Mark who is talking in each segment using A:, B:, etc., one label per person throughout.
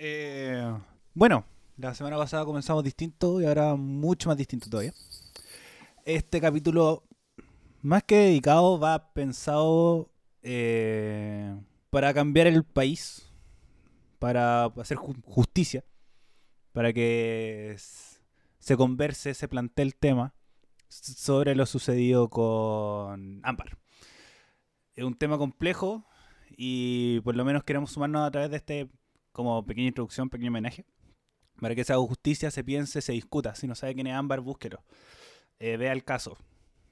A: Eh, bueno, la semana pasada comenzamos distinto y ahora mucho más distinto todavía. Este capítulo, más que dedicado, va pensado eh, para cambiar el país, para hacer ju- justicia, para que s- se converse, se plantee el tema s- sobre lo sucedido con Ámbar. Es un tema complejo y por lo menos queremos sumarnos a través de este como pequeña introducción, pequeño homenaje, para que se haga justicia, se piense, se discuta. Si no sabe quién es Ámbar, búsquelo. Eh, vea el caso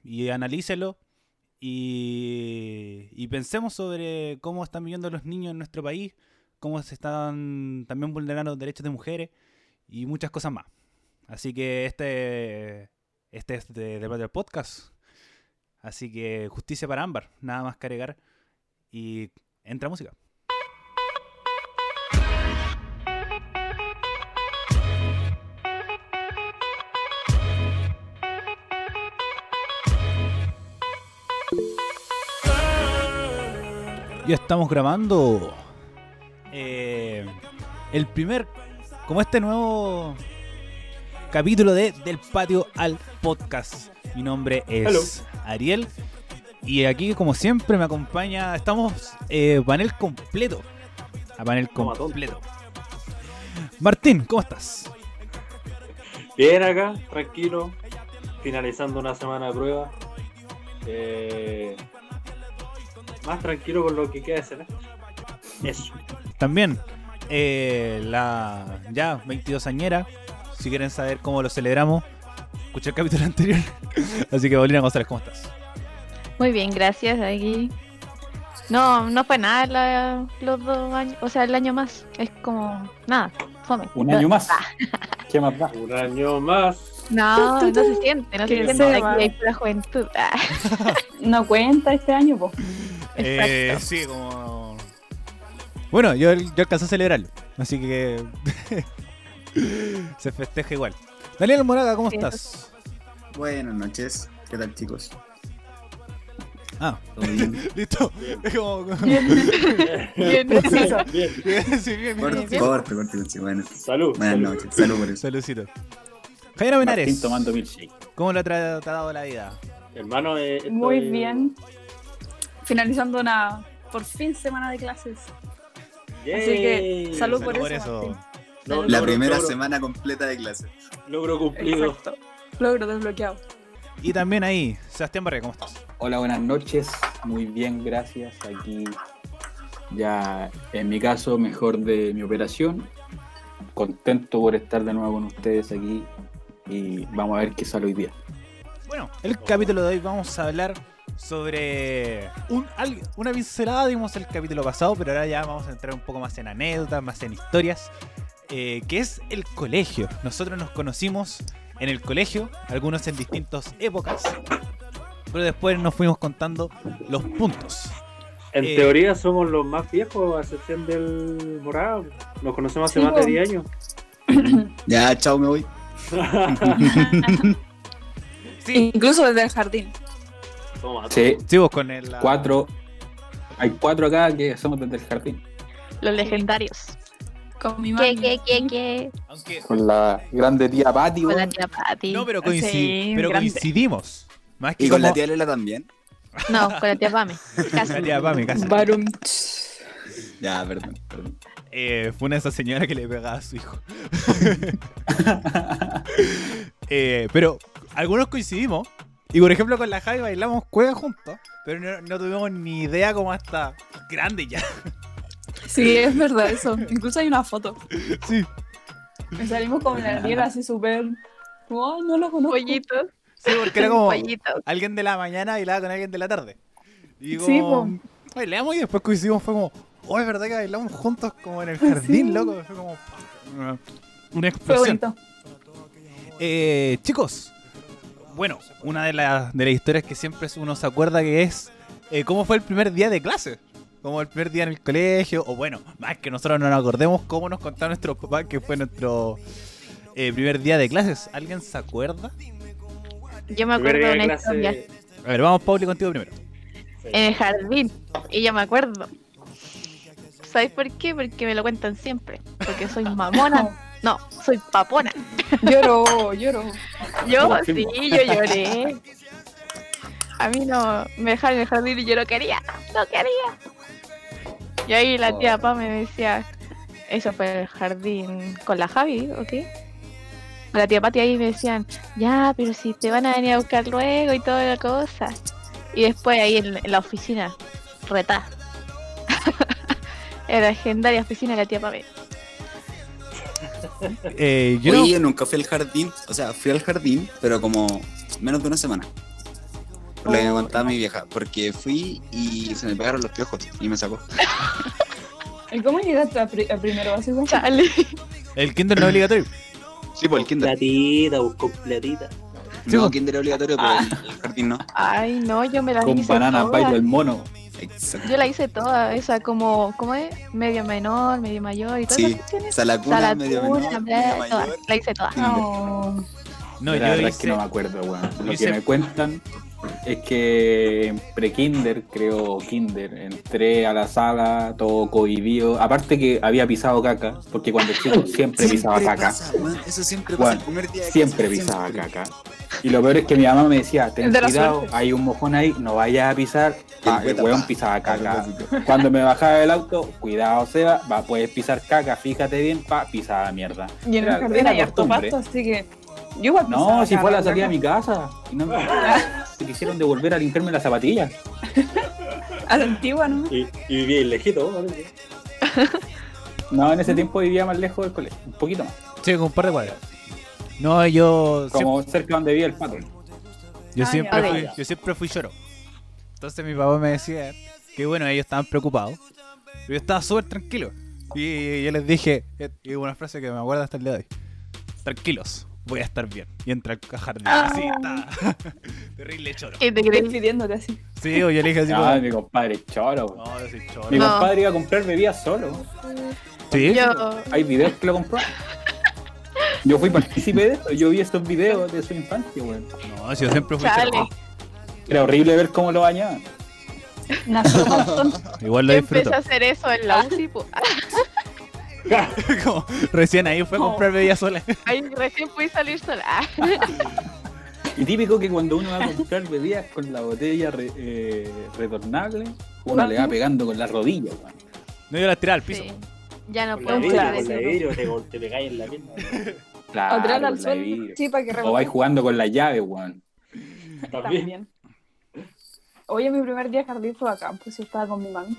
A: y analícelo y, y pensemos sobre cómo están viviendo los niños en nuestro país, cómo se están también vulnerando los derechos de mujeres y muchas cosas más. Así que este, este es de Debate del Podcast. Así que justicia para Ámbar, nada más cargar y entra música. Ya estamos grabando eh, el primer, como este nuevo capítulo de Del Patio al Podcast. Mi nombre es Ariel y aquí como siempre me acompaña, estamos eh, panel completo. A panel
B: Toma, tonto.
A: completo. Martín, ¿cómo estás?
B: Bien acá, tranquilo, finalizando una semana de prueba. Eh, más tranquilo con lo que queda de semestre. Eso.
A: También eh, la ya 22 añera, si quieren saber cómo lo celebramos, escuché el capítulo anterior. Así que Paulina González, ¿cómo estás?
C: Muy bien, gracias, aquí. No, no fue nada la- los dos años, o sea, el año más. Es como, nada, fome.
D: Un año más. ¿Qué más da?
B: Un año más.
C: No, no se siente, no se
E: Que
C: siente.
E: se va.
C: Aquí hay pura juventud. Ah,
E: No cuenta este año, po.
A: Eh, sí, como. Bueno, yo, yo alcancé a celebrarlo, así que. se festeja igual. Daniel Moraga, ¿cómo
C: Sí,
A: estás?
F: Buenas noches, ¿qué tal chicos?
A: Ah,
F: ¿Todo bien?
A: listo. Es como.
C: bien.
B: Bien,
A: sí, bien, bien, bien.
F: Corte, corte, corte, corte, bueno.
B: salud.
F: Buenas
B: salud.
F: noches, salud por eso.
A: Saludcito. Jairo
D: Martín
A: Menares,
D: tomando milkshake.
A: ¿cómo lo ha tra- tratado la vida?
B: Hermano, eh, estoy-
E: Muy bien. Finalizando una, por fin, semana de clases.
B: Yay.
E: Así que, salud por
A: Salud por
E: eso.
A: eso.
E: Martín.
B: No,
E: Salud.
F: La
B: logro,
F: primera
B: logro,
F: semana completa de clase.
B: Logro cumplido.
E: Exacto. Logro desbloqueado.
A: Y también ahí, Sebastián Barre, ¿cómo estás?
D: Hola, buenas noches. Muy bien, gracias. Aquí ya, en mi caso, mejor de mi operación. Contento por estar de nuevo con ustedes aquí y vamos a ver qué sale hoy día.
A: Bueno, el capítulo de hoy vamos a hablar sobre un, al- una pincelada, dimos el capítulo pasado, pero ahora ya vamos a entrar un poco más en anécdotas, más en historias, eh, que es el colegio. Nosotros nos conocimos en el colegio, algunos en distintas épocas, pero después nos fuimos contando los puntos.
B: En
A: Eh.
B: teoría somos los más viejos, a excepción del morado. Nos conocemos hace
E: Sí,
B: más de
E: po.
B: 10 años.
F: Ya, chao, me voy.
A: Sí,
E: Incluso desde el jardín.
B: Toma,
D: Sí,
A: sí, vos con el... la-
D: cuatro. Hay cuatro acá que somos desde el jardín.
C: Los legendarios.
E: Con mi mamá.
C: ¿Qué, qué, qué, qué?
A: Aunque...
D: Con la grande tía Patio.
C: Con la tía Pati.
A: No, pero, coinci-
E: Sí,
A: pero
E: grande.
A: coincidimos. Más que
F: Y con la
A: como-
F: tía Lela también.
C: No, con la tía Pame. Casi.
A: La tía Pame, casi.
E: Barum.
F: Ya, perdón, perdón.
A: Eh, fue una de esas señoras que le pegaba a su hijo. Eh, pero algunos coincidimos. Y por ejemplo con la Javi bailamos cueva juntos, pero no, no tuvimos ni idea como hasta grande ya.
E: Sí, es verdad eso. Incluso hay una foto.
A: Sí.
E: Me salimos con la nieve así súper. Oh, no lo conozco.
C: Pollitos.
A: Sí, porque era como
C: Pollitos.
A: alguien de la mañana bailaba con alguien de la tarde. Y
E: Sí,
A: como, bailamos y después coincidimos, fue como, oh, es verdad que bailamos juntos como en el jardín,
E: Ah, Sí.
A: loco. Fue como una- una
E: Fue
A: explosión.
E: bonito.
A: Eh, chicos, bueno, una de, las- de las historias que siempre uno se acuerda que es eh, cómo fue el primer día de clase. Como el primer día en el colegio, o bueno, más que nosotros no nos acordemos cómo nos contaron nuestros papás que fue nuestro eh, primer día de clases. ¿Alguien se acuerda?
C: Yo me acuerdo
B: Primera día
C: de una
B: de clase.
C: historia.
A: A ver, vamos, Pauli, contigo primero.
B: Sí.
C: en el jardín. Y yo me acuerdo ¿Sabéis por qué? Porque me lo cuentan siempre. Porque soy mamona. No, soy papona.
E: Lloro, lloro.
C: Yo
D: Lo
C: sí,
D: confirmo.
C: yo lloré. A mí no me dejaron en el jardín y yo no quería, no quería. Y ahí la tía Pa me decía, eso fue el jardín con la Javi, ¿ok? La tía Pati ahí me decían, ya, pero si te van a venir a buscar luego y toda la cosa. Y después ahí en, en la oficina, retá. en la legendaria oficina de la tía Pame.
A: Eh, yo no-
F: Oye, yo nunca fui al jardín, o sea, fui al jardín, pero como menos de una semana. Por Lo que me contaba mi vieja, porque fui y se me pegaron los piojos y me sacó.
E: ¿Y cómo llegaste a, pri- a primero básico?
C: Chale.
A: el kinder no es obligatorio.
F: Sí, por el kinder.
B: Platita, buscó platita.
A: Sí, ah.
F: No,
A: po.
F: kinder obligatorio, pero el- el jardín no.
C: Ay, no, yo me la
D: Con
C: hice
D: banana
C: toda.
D: bailo el mono.
F: Exacto.
C: Yo la hice toda, esa como, ¿cómo es? Medio menor, medio mayor y todas
F: Sí,
C: esas cuestiones.
F: Salacuna,
C: Salacuna,
F: medio menor, medio
C: bla, toda,
F: mayor.
C: La hice toda.
E: No.
A: No,
D: la
A: yo
D: verdad es
A: hice.
D: que no me acuerdo, weón. Lo
A: hice-
D: que me cuentan es que en pre-kinder, creo kinder, entré a la sala todo cohibido. Aparte que había pisado caca, porque cuando chico siempre pisaba caca.
F: pasa, weón, Eso siempre pasa
D: Weón,
F: el primer día de
D: Siempre
F: clase,
D: pisaba
F: siempre.
D: caca. Y lo peor es que mi mamá me decía, ten
E: Es de la
D: cuidado,
E: suerte.
D: hay un mojón ahí, no vayas a pisar. Ah, el
F: hueta,
D: weón
F: pa.
D: pisaba caca. Cuando me bajaba del auto, cuidado Seba, va, puedes pisar caca, fíjate bien, pa, pisaba mierda.
E: Y en
D: Era-
E: el jardín
D: era
E: hay harto
D: costumbre.
E: pasto, así que. Yo igual
D: No,
E: pensaba
D: si fue a la
E: acá,
D: salida de
E: acá.
D: mi casa. Y no me se quisieron devolver a limpiarme las zapatillas.
E: A la antigua, ¿no?
B: Y, y vivía lejito, ¿no?
D: No, en ese tiempo vivía más lejos del colegio, un poquito más.
A: Sí, con un par de cuadras. No, yo
D: Como cerca donde vivía el patrón.
A: Yo
E: Ah,
A: siempre,
C: ya.
A: fui,
B: Ok.
A: yo siempre fui lloro. Entonces mi papá me decía que bueno, ellos estaban preocupados. Pero yo estaba súper tranquilo. Y yo les dije, eh, y una frase que me acuerdo hasta el día de hoy. Tranquilos, voy a estar bien. Y entra al jardín.
E: Ah.
A: Así está. Terrible choro.
C: ¿Qué te crees?
E: Despidiéndote así.
A: Sí, o yo le dije así
D: Ah,
A: como,
D: mi compadre, choro. weón.
A: no, yo soy choro.
D: Mi
C: No.
D: compadre iba a comprar bebidas solo.
A: Sí,
C: Yo,
D: Hay videos que lo compró. Yo fui partícipe de eso, yo vi estos videos de su infancia, weón.
A: no, si yo siempre fui
C: Chale.
A: choro.
D: Era horrible ver cómo lo bañaban.
E: Nació con
A: Igual lo
C: yo
A: disfruto.
C: empecé a hacer eso en la UCI, po.
A: Como, recién ahí fue a comprar bebidas sola.
C: ahí recién fui a salir sola. Ah,
D: Y típico que cuando uno va a comprar bebidas con la botella re- eh, retornable, uno le va pegando con las rodillas, weón.
A: No, yo la tiré al piso.
C: sí. Ya no
B: Con la
C: puedo
B: vidrio,
C: usar
E: claro,
B: con la
E: sí.
B: vidrio, te, gol- te pegáis en la pierna.
D: Claro,
E: o tirar al
D: con la
E: suelo.
D: bebida.
E: Sí, para que
D: O vais
E: rebote
D: jugando con la llave, weón.
B: También.
E: también. Oye, mi primer día de jardín fue acá, pues yo estaba con mi mami.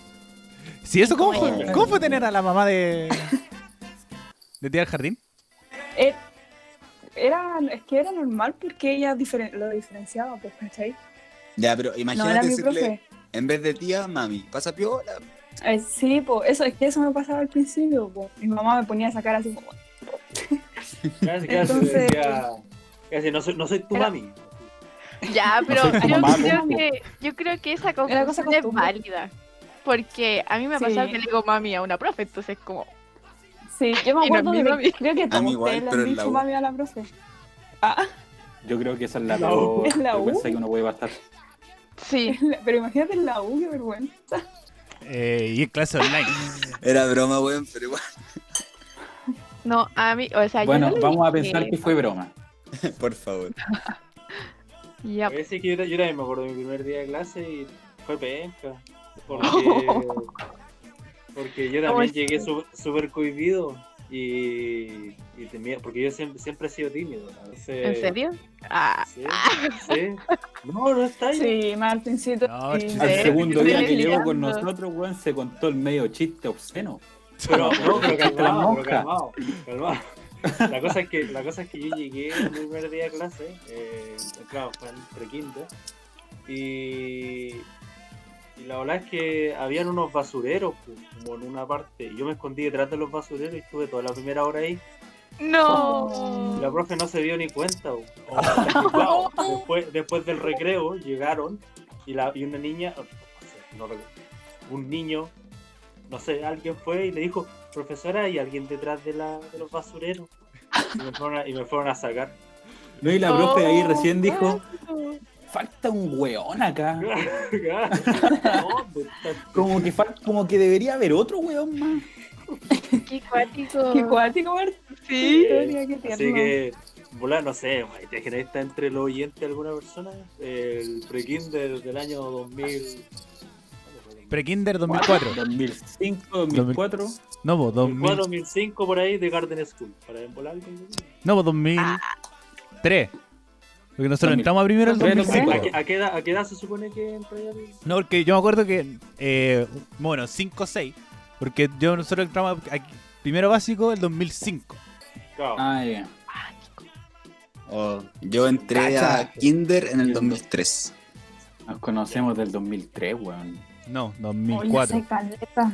A: Sí, eso cómo
C: Como
A: fue,
D: yo.
A: ¿cómo fue tener a la mamá de. de tía al jardín?
E: Eh, Era, es que era normal porque ella diferen- lo diferenciaba, pues, ¿cachai?
F: Ya, pero
E: No
F: imagínate
E: era mi
F: decirle,
E: profe.
F: en vez de tía, mami, pasa piola.
E: Eh, sí, pues, eso, es que eso me pasaba al principio, po. Mi mamá me ponía a sacar así como,
B: Casi, casi,
E: Entonces-
B: decía, casi, no soy, no soy tu
E: Era-
B: mami.
C: Ya, pero
D: soy tu
C: yo,
D: mamá,
C: creo
D: po.
C: que, yo creo que esa
E: cosa
C: confusión es
E: costumbre.
C: válida. Porque a mí me ha pasado
E: Sí.
C: que le digo mami a una profe, entonces como,
E: Sí, yo me
C: Y no es
E: acuerdo
C: mi
E: de
C: mami.
E: creo que todos
F: mí igual,
E: ustedes le
F: pero
E: han
F: en la
E: dicho
F: U.
E: mami a la profe. Ah,
D: Yo creo que esa es la
B: La
D: peor
E: U. Es la U.
D: vergüenza que uno puede pasar.
C: sí,
E: pero imagínate en la U, qué vergüenza.
A: Eh, y en clase online.
F: Era broma, weón, pero igual,
C: no, a mí, o sea, Ah, yo
D: Bueno,
C: no le
D: vamos a
C: dije,
D: pensar que fue broma.
F: por favor.
C: ya,
B: Parece que yo, ta- yo también me acuerdo de mi primer día de clase y fue penca. Porque, porque yo
C: ¿Cómo
B: también
C: es?
B: llegué su- súper cohibido y, y temía, porque yo siempre, siempre he sido tímido. entonces-
C: ¿en serio? Ah,
B: Sí, sí. No, no está ahí.
E: Sí, más al principio.
A: No,
E: sí.
A: chucha.
D: Al
C: Sí,
D: segundo
C: estoy
D: día que llegó con
C: delirando.
D: nosotros, weón, se contó el medio chiste obsceno.
B: Pero, no, pero
D: Hasta la
B: calmado, pero
D: mosca.
B: calmado, calmado. La cosa es que, la cosa es que yo llegué el primer día de clase, eh, claro, fue entre quinto, y, y la verdad es que habían unos basureros, pues, como en una parte, y yo me escondí detrás de los basureros y estuve toda la primera hora ahí, y la
C: no.
B: profe no se dio ni cuenta. pues. Hasta que, claro, después, después del recreo llegaron y, la, y una niña, no sé, no recuerdo, un niño, no sé, alguien fue y le dijo, profesora, y alguien detrás de, la, de los basureros. Y me, fueron a, y me fueron a sacar.
C: Oh.
D: No, y la profe ahí recién dijo, falta un weón acá.
B: No, pues, está-
D: Como que, fal- como que debería haber otro weón más.
C: Qué cuático.
E: Qué cuático, Martín.
C: Sí.
E: Qué tierno.
B: Así que, volar, no sé, ¿te imaginas está entre los oyentes de alguna persona? El pre-kinder del año 2000.
A: Prekinder 2004.
D: 2005, 2004.
A: No, vos,
B: 2004,
A: 2000.
B: 2005 por ahí de Garden School. Para volar algo.
E: ¿Eh?
A: No, vos, 2003. Porque nosotros
D: 2000.
A: entramos a primero el
D: 2005.
A: 2005.
B: ¿A qué, a qué edad, a qué edad se supone que entra ya? el-
A: No, porque yo me acuerdo que, eh, bueno, 5 o 6, porque yo nosotros entramos aquí, primero básico el 2005.
B: Claro.
D: Ah, ya.
F: Oh, yo entré a
D: Cacha.
F: Kinder en el 2003.
D: Nos conocemos del 2003, weón.
A: No,
E: Oye,
A: 2004.
E: esa caleta.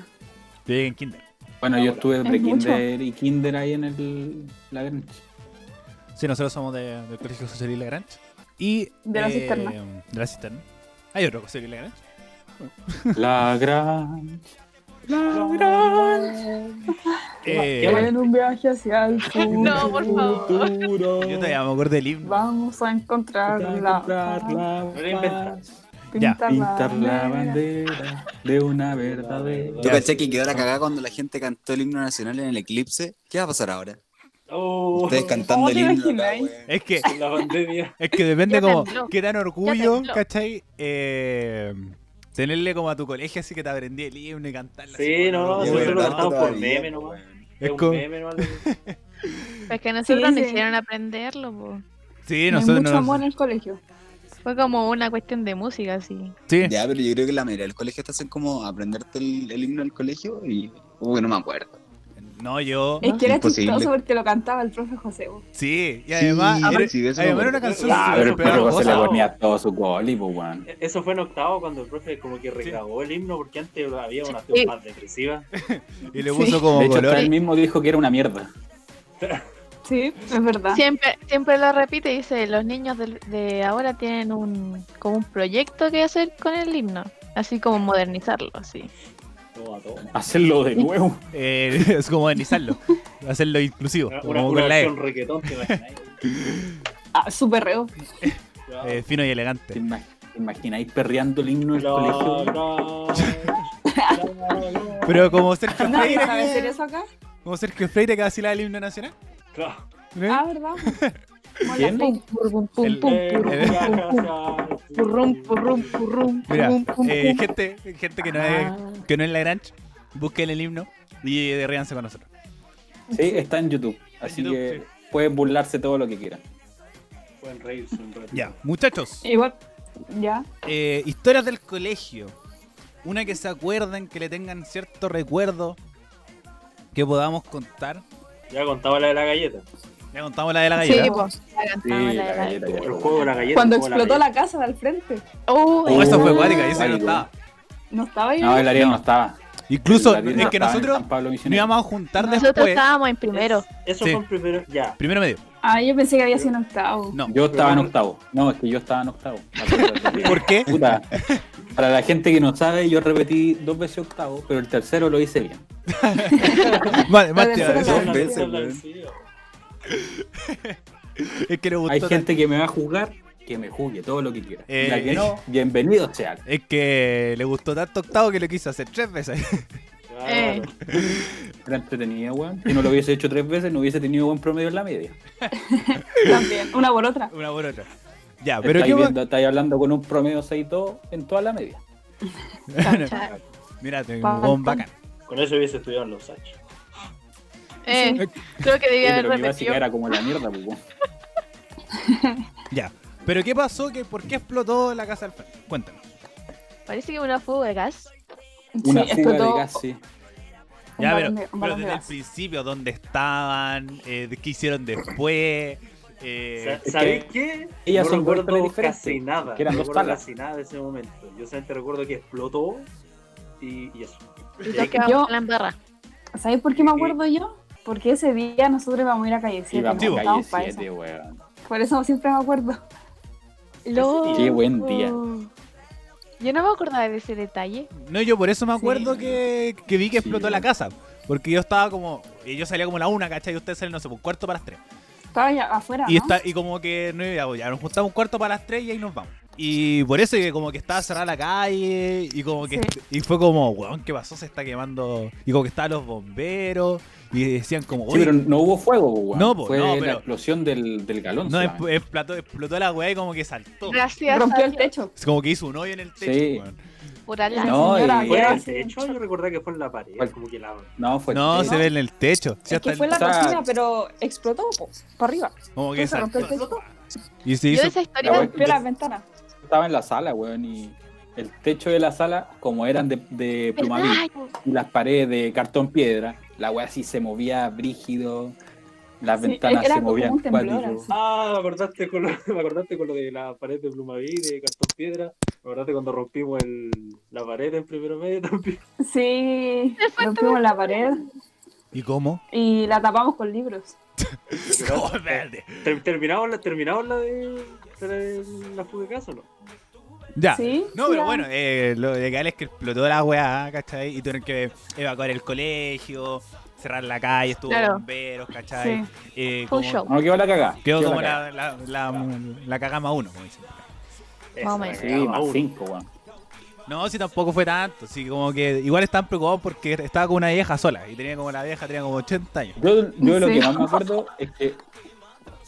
A: Yo llegué en kinder.
D: Bueno, yo estuve
E: Es
D: pre-kinder y kinder ahí en el la granja.
A: Sí, nosotros somos de- del Colegio José Luis Lagrange. Y,
E: De la
A: eh,
E: cisterna.
A: De la cisterna. Hay otro José Luis Lagrange.
D: La gran.
E: La gran-
A: Eh,
E: En un viaje hacia el futuro.
C: No, por favor.
A: yo todavía me acuerdo del himno.
E: Vamos a Ah, encontrarla.
B: No la inventes.
E: Ah,
A: Ya.
D: Pintar la bandera de una verdadera.
F: Yo caché que quedó la cagada cuando la gente cantó el himno nacional en el eclipse. ¿Qué va a pasar ahora?
B: Oh,
F: Ustedes
E: ¿Cómo
F: cantando el
E: te
F: himno. acá,
E: imagináis?
F: weón.
A: Es que,
B: la pandemia.
A: es que depende
C: Ya
A: como
C: tembló.
A: qué tan orgullo,
C: tembló.
A: ¿cachai? Eh, tenerle como a tu colegio así que te aprendí el himno y cantarla.
B: Sí,
A: así,
B: no, no,
A: weón,
F: Yo
B: sí,
A: weón,
F: voy
B: eso lo
F: a
A: no.
B: cantamos
F: cantar
B: por
F: todavía,
B: meme nomás.
F: weón.
A: Es
B: Es un
A: como-
B: meme nomás.
C: Es que nosotros
E: Sí,
C: no
E: sí.
C: hicieron aprenderlo, po.
A: Sí,
E: Hay
A: nosotros
E: mucho
A: no-
E: amor en el colegio.
C: Fue como una cuestión de música, así.
A: Sí,
F: Ya, pero yo creo que la mayoría de los colegios te hacen como aprenderte el, el himno del colegio y. Uy, no me acuerdo.
A: no yo.
E: Es que era
F: Imposible.
E: chistoso porque lo cantaba el profe José. bo.
A: Sí, y además,
F: Sí,
A: era,
F: sí, de eso me
A: además era
F: acuerdo.
A: una canción
B: Ah,
A: súper
D: pero el
B: pero
D: perro se le
B: gozado.
D: ponía todo su gol y pues, weón.
B: Eso fue en octavo cuando el profe como que regrabó el himno porque antes había una
C: Sí.
B: acción más depresiva.
A: Y le puso
E: Sí.
A: como
D: De hecho, hasta
A: color.
D: él mismo dijo que era una mierda.
E: Sí, es verdad.
C: Siempre, siempre lo repite y dice, los niños del- de, ahora tienen un, como un proyecto que hacer con el himno. Así como modernizarlo, así.
B: Toma, toma.
D: Hacerlo de nuevo.
A: eh, es como modernizarlo, hacerlo inclusivo.
B: Una, una,
A: como con la
B: acción
A: E,
B: reggaetón, ¿te imagináis?
E: Ah, súper reo.
B: Claro.
A: eh, fino y
D: ¿Te,
A: elegante.
D: ima- te imagináis perreando el himno del
B: La-
D: colegio?
B: la- la-
A: Pero como Sergio
E: ¿Nadie
A: Freire,
E: sabe hacer
A: que,
E: eso acá?
A: como Sergio Freire que vacila el himno nacional.
B: Claro.
A: ¿no?
E: Ah, ¿verdad? Como
D: ¿Quién?
E: la- pum, pum, pum,
A: El-
E: pum,
B: Eh,
E: pum,
A: el-
E: pum, pum, Purrum, purrum, purrum,
A: Mira,
E: purrum, pum,
A: eh,
E: pum.
A: gente, gente que no es, que no es la granch, busquen el himno y eh, ríanse con nosotros.
D: Sí, está en YouTube. Así
A: YouTube,
D: que
A: sí.
D: pueden burlarse todo lo que quieran.
B: Pueden reírse un rato.
A: Ya, muchachos,
E: Igual, ya.
A: eh, historias del colegio. Una que se acuerden, que le tengan cierto recuerdo que podamos contar.
B: Ya contaba la de la galleta.
A: Ah, Ya contamos la de la
C: Sí,
E: pues.
A: galleta.
C: po. La
D: Sí,
C: cantaba, la-
D: la
C: la-
D: galleta ya.
B: El juego de la galleta.
E: Cuando
B: el juego de galleta.
E: explotó la casa de al frente.
C: Oh,
A: Oh, esa fue
E: Oh,
A: cuática, yo ese no
D: ay,
A: estaba.
E: No estaba ahí.
D: No, el Ariel no estaba.
A: Incluso,
D: El Ariel
A: es que
D: estaba en
A: nosotros
D: San Pablo
A: nos
D: Misionero.
A: íbamos a juntar
C: nosotros
A: después.
C: estábamos en primero.
B: Eso
A: Sí.
B: fue el primero. Ya.
A: Primero medio.
E: Ah, yo pensé que había sido en octavo.
A: No.
D: Yo estaba en octavo. No, es que yo estaba en octavo. Acuérdate.
A: ¿Por qué?
D: Puta, para la gente que no sabe, yo repetí dos veces octavo, pero el tercero lo hice bien.
A: Vale, más te-
E: Pero
F: Dos
E: eso-
F: veces,
B: Eso es la
F: weón.
B: vencida.
A: es que le gustó.
D: Hay
A: tan-
D: gente que me va a jugar, que me juzgue todo lo que quiera.
A: Eh,
D: La que
A: no.
D: no, bienvenido sea.
A: Es que le gustó tanto octavo que lo quiso hacer tres veces.
B: Claro.
C: Eh.
D: Era entretenido, weón. Si no lo hubiese hecho tres veces, no hubiese tenido buen promedio en la media.
E: También, una por otra.
A: Una por otra. Ya, Ah, pero
D: estáis,
A: ¿qué
D: viendo- estáis hablando con un promedio 6-2 en toda la media.
A: más?
C: Chao.
A: Mira, tengo un
E: Pan,
A: buen
E: pan.
A: bacán.
B: Con eso hubiese estudiado en los H.
C: Eh, creo que debía
D: Sí,
C: haber
D: pero mi
C: repetido.
D: básica era como la mierda, pues, weón.
A: Ya. Pero ¿qué pasó? ¿Que ¿Por qué explotó la casa del frente? Cuéntanos.
C: Parece que una fuga de gas.
D: Una
E: Sí,
D: fuga
E: explotó
D: de gas, sí.
E: un
A: Ya, pero,
E: balón de- un
A: pero
E: balón de
A: desde el
E: gas.
A: principio, ¿dónde estaban? Eh, ¿Qué hicieron después? Eh,
B: Sa- ¿Sabéis qué?
D: ellas
B: no
D: son dos
B: recuerdo
D: tres diferentes,
B: casi nada.
D: que eran
B: no
D: dos
B: recuerdo
D: palas.
B: casi nada de ese momento. Yo solamente recuerdo que explotó y, y eso.
C: Y
B: Sí.
C: nos quedamos
E: Yo-
C: en la embarra.
E: ¿Sabes por qué me acuerdo yo? Porque ese día nosotros íbamos a ir a calle 7.
D: Íbamos
A: Sí,
D: a
A: vos.
D: calle
E: para
D: 7, weón.
E: eso. Por eso siempre me acuerdo.
C: Lo-
D: Qué buen día.
C: Yo no me acordaba de ese detalle.
A: No, yo por eso me acuerdo
E: Sí.
A: que, que vi que
D: Sí,
A: explotó la
D: bueno.
A: casa. Porque yo estaba como. y Yo salía como a la una, ¿cachai? Y ustedes salen, no sé, por cuarto para las tres.
E: Estaba allá afuera.
A: Y,
E: ¿no?
A: está, y como que no ya, ya nos juntamos un cuarto para las tres y ahí nos vamos. Y por eso que como que estaba cerrada la calle y como que
C: Sí.
A: y fue como, weón, ¿qué pasó? Se está quemando. Y como que estaban los bomberos y decían como,
D: Sí,
A: oye,
D: pero no hubo fuego, pues, weón.
A: No, po,
D: Fue
A: no,
D: la
A: pero-
D: explosión del, del galón.
A: no,
D: solamente.
A: expl- explotó, explotó la weá y como que saltó.
C: Gracias.
E: Rompió
C: a
E: el
C: Dios.
E: techo.
A: Es como que hizo un hoyo en el techo,
D: Sí.
A: weón.
C: Pura
E: La
C: lana.
D: No,
E: señora
D: y-
B: ¿Fue
E: Guerra
B: en el
E: hace
B: techo?
E: mucho.
B: Yo recordaba que fue en la pared,
D: ¿Cuál?
B: como que la... No,
D: No, fue
A: No,
D: pues, sí.
A: se ve en el techo. Ah. Sí,
E: Es
A: hasta
E: que
A: el-
E: fue la
D: o sea-
E: cocina, pero explotó para arriba.
A: como que
E: Entonces rompió el
A: saltó.
E: techo.
A: Y se
C: Yo
A: hizo.
C: esa
D: La
C: historia
D: wea-
E: Rompió las ventanas.
D: Estaba en la sala, weón, y el techo de la sala, como eran de, de plumavit,
C: ¿Verdad?
D: y las paredes de cartón piedra, la weá así se movía brígido, las
E: Sí,
D: ventanas
E: era
D: se
E: como
D: movían
E: un temblor,
D: cuático.
E: así.
B: Ah, me acordaste con lo, me acordaste con lo de la pared de Plumaví, de cartón piedra. Me acordaste cuando rompimos el, la pared en primero medio también.
E: Sí, rompimos la pared
A: ¿Y cómo?
E: y la tapamos con libros.
A: Oh, verde.
B: Ter- ¿Terminamos la, terminamos la de, de la fuga de gas o no?
A: Ya.
E: Sí,
A: No,
E: sí,
A: pero
E: ya.
A: bueno, eh, lo legal es que explotó la weá, ¿cachai? Y tuvieron que evacuar el colegio, cerrar la calle, estuvo
C: Claro.
A: bomberos, ¿cachai? Eh,
C: Full
A: como-
C: show.
D: No, quedó la cagá.
A: Quedó
D: quedó
A: como
D: cagá.
A: la, la, la, la cagama uno, como dicen.
C: Más o menos.
B: Esa,
D: Sí,
B: la
D: más
B: uno.
D: cinco, weón.
A: No, si tampoco fue tanto, sí, como que igual estaban preocupados porque estaba con una vieja sola y tenía como la vieja, tenía como 80 años.
D: Yo, yo lo
E: Sí.
D: que más me acuerdo es que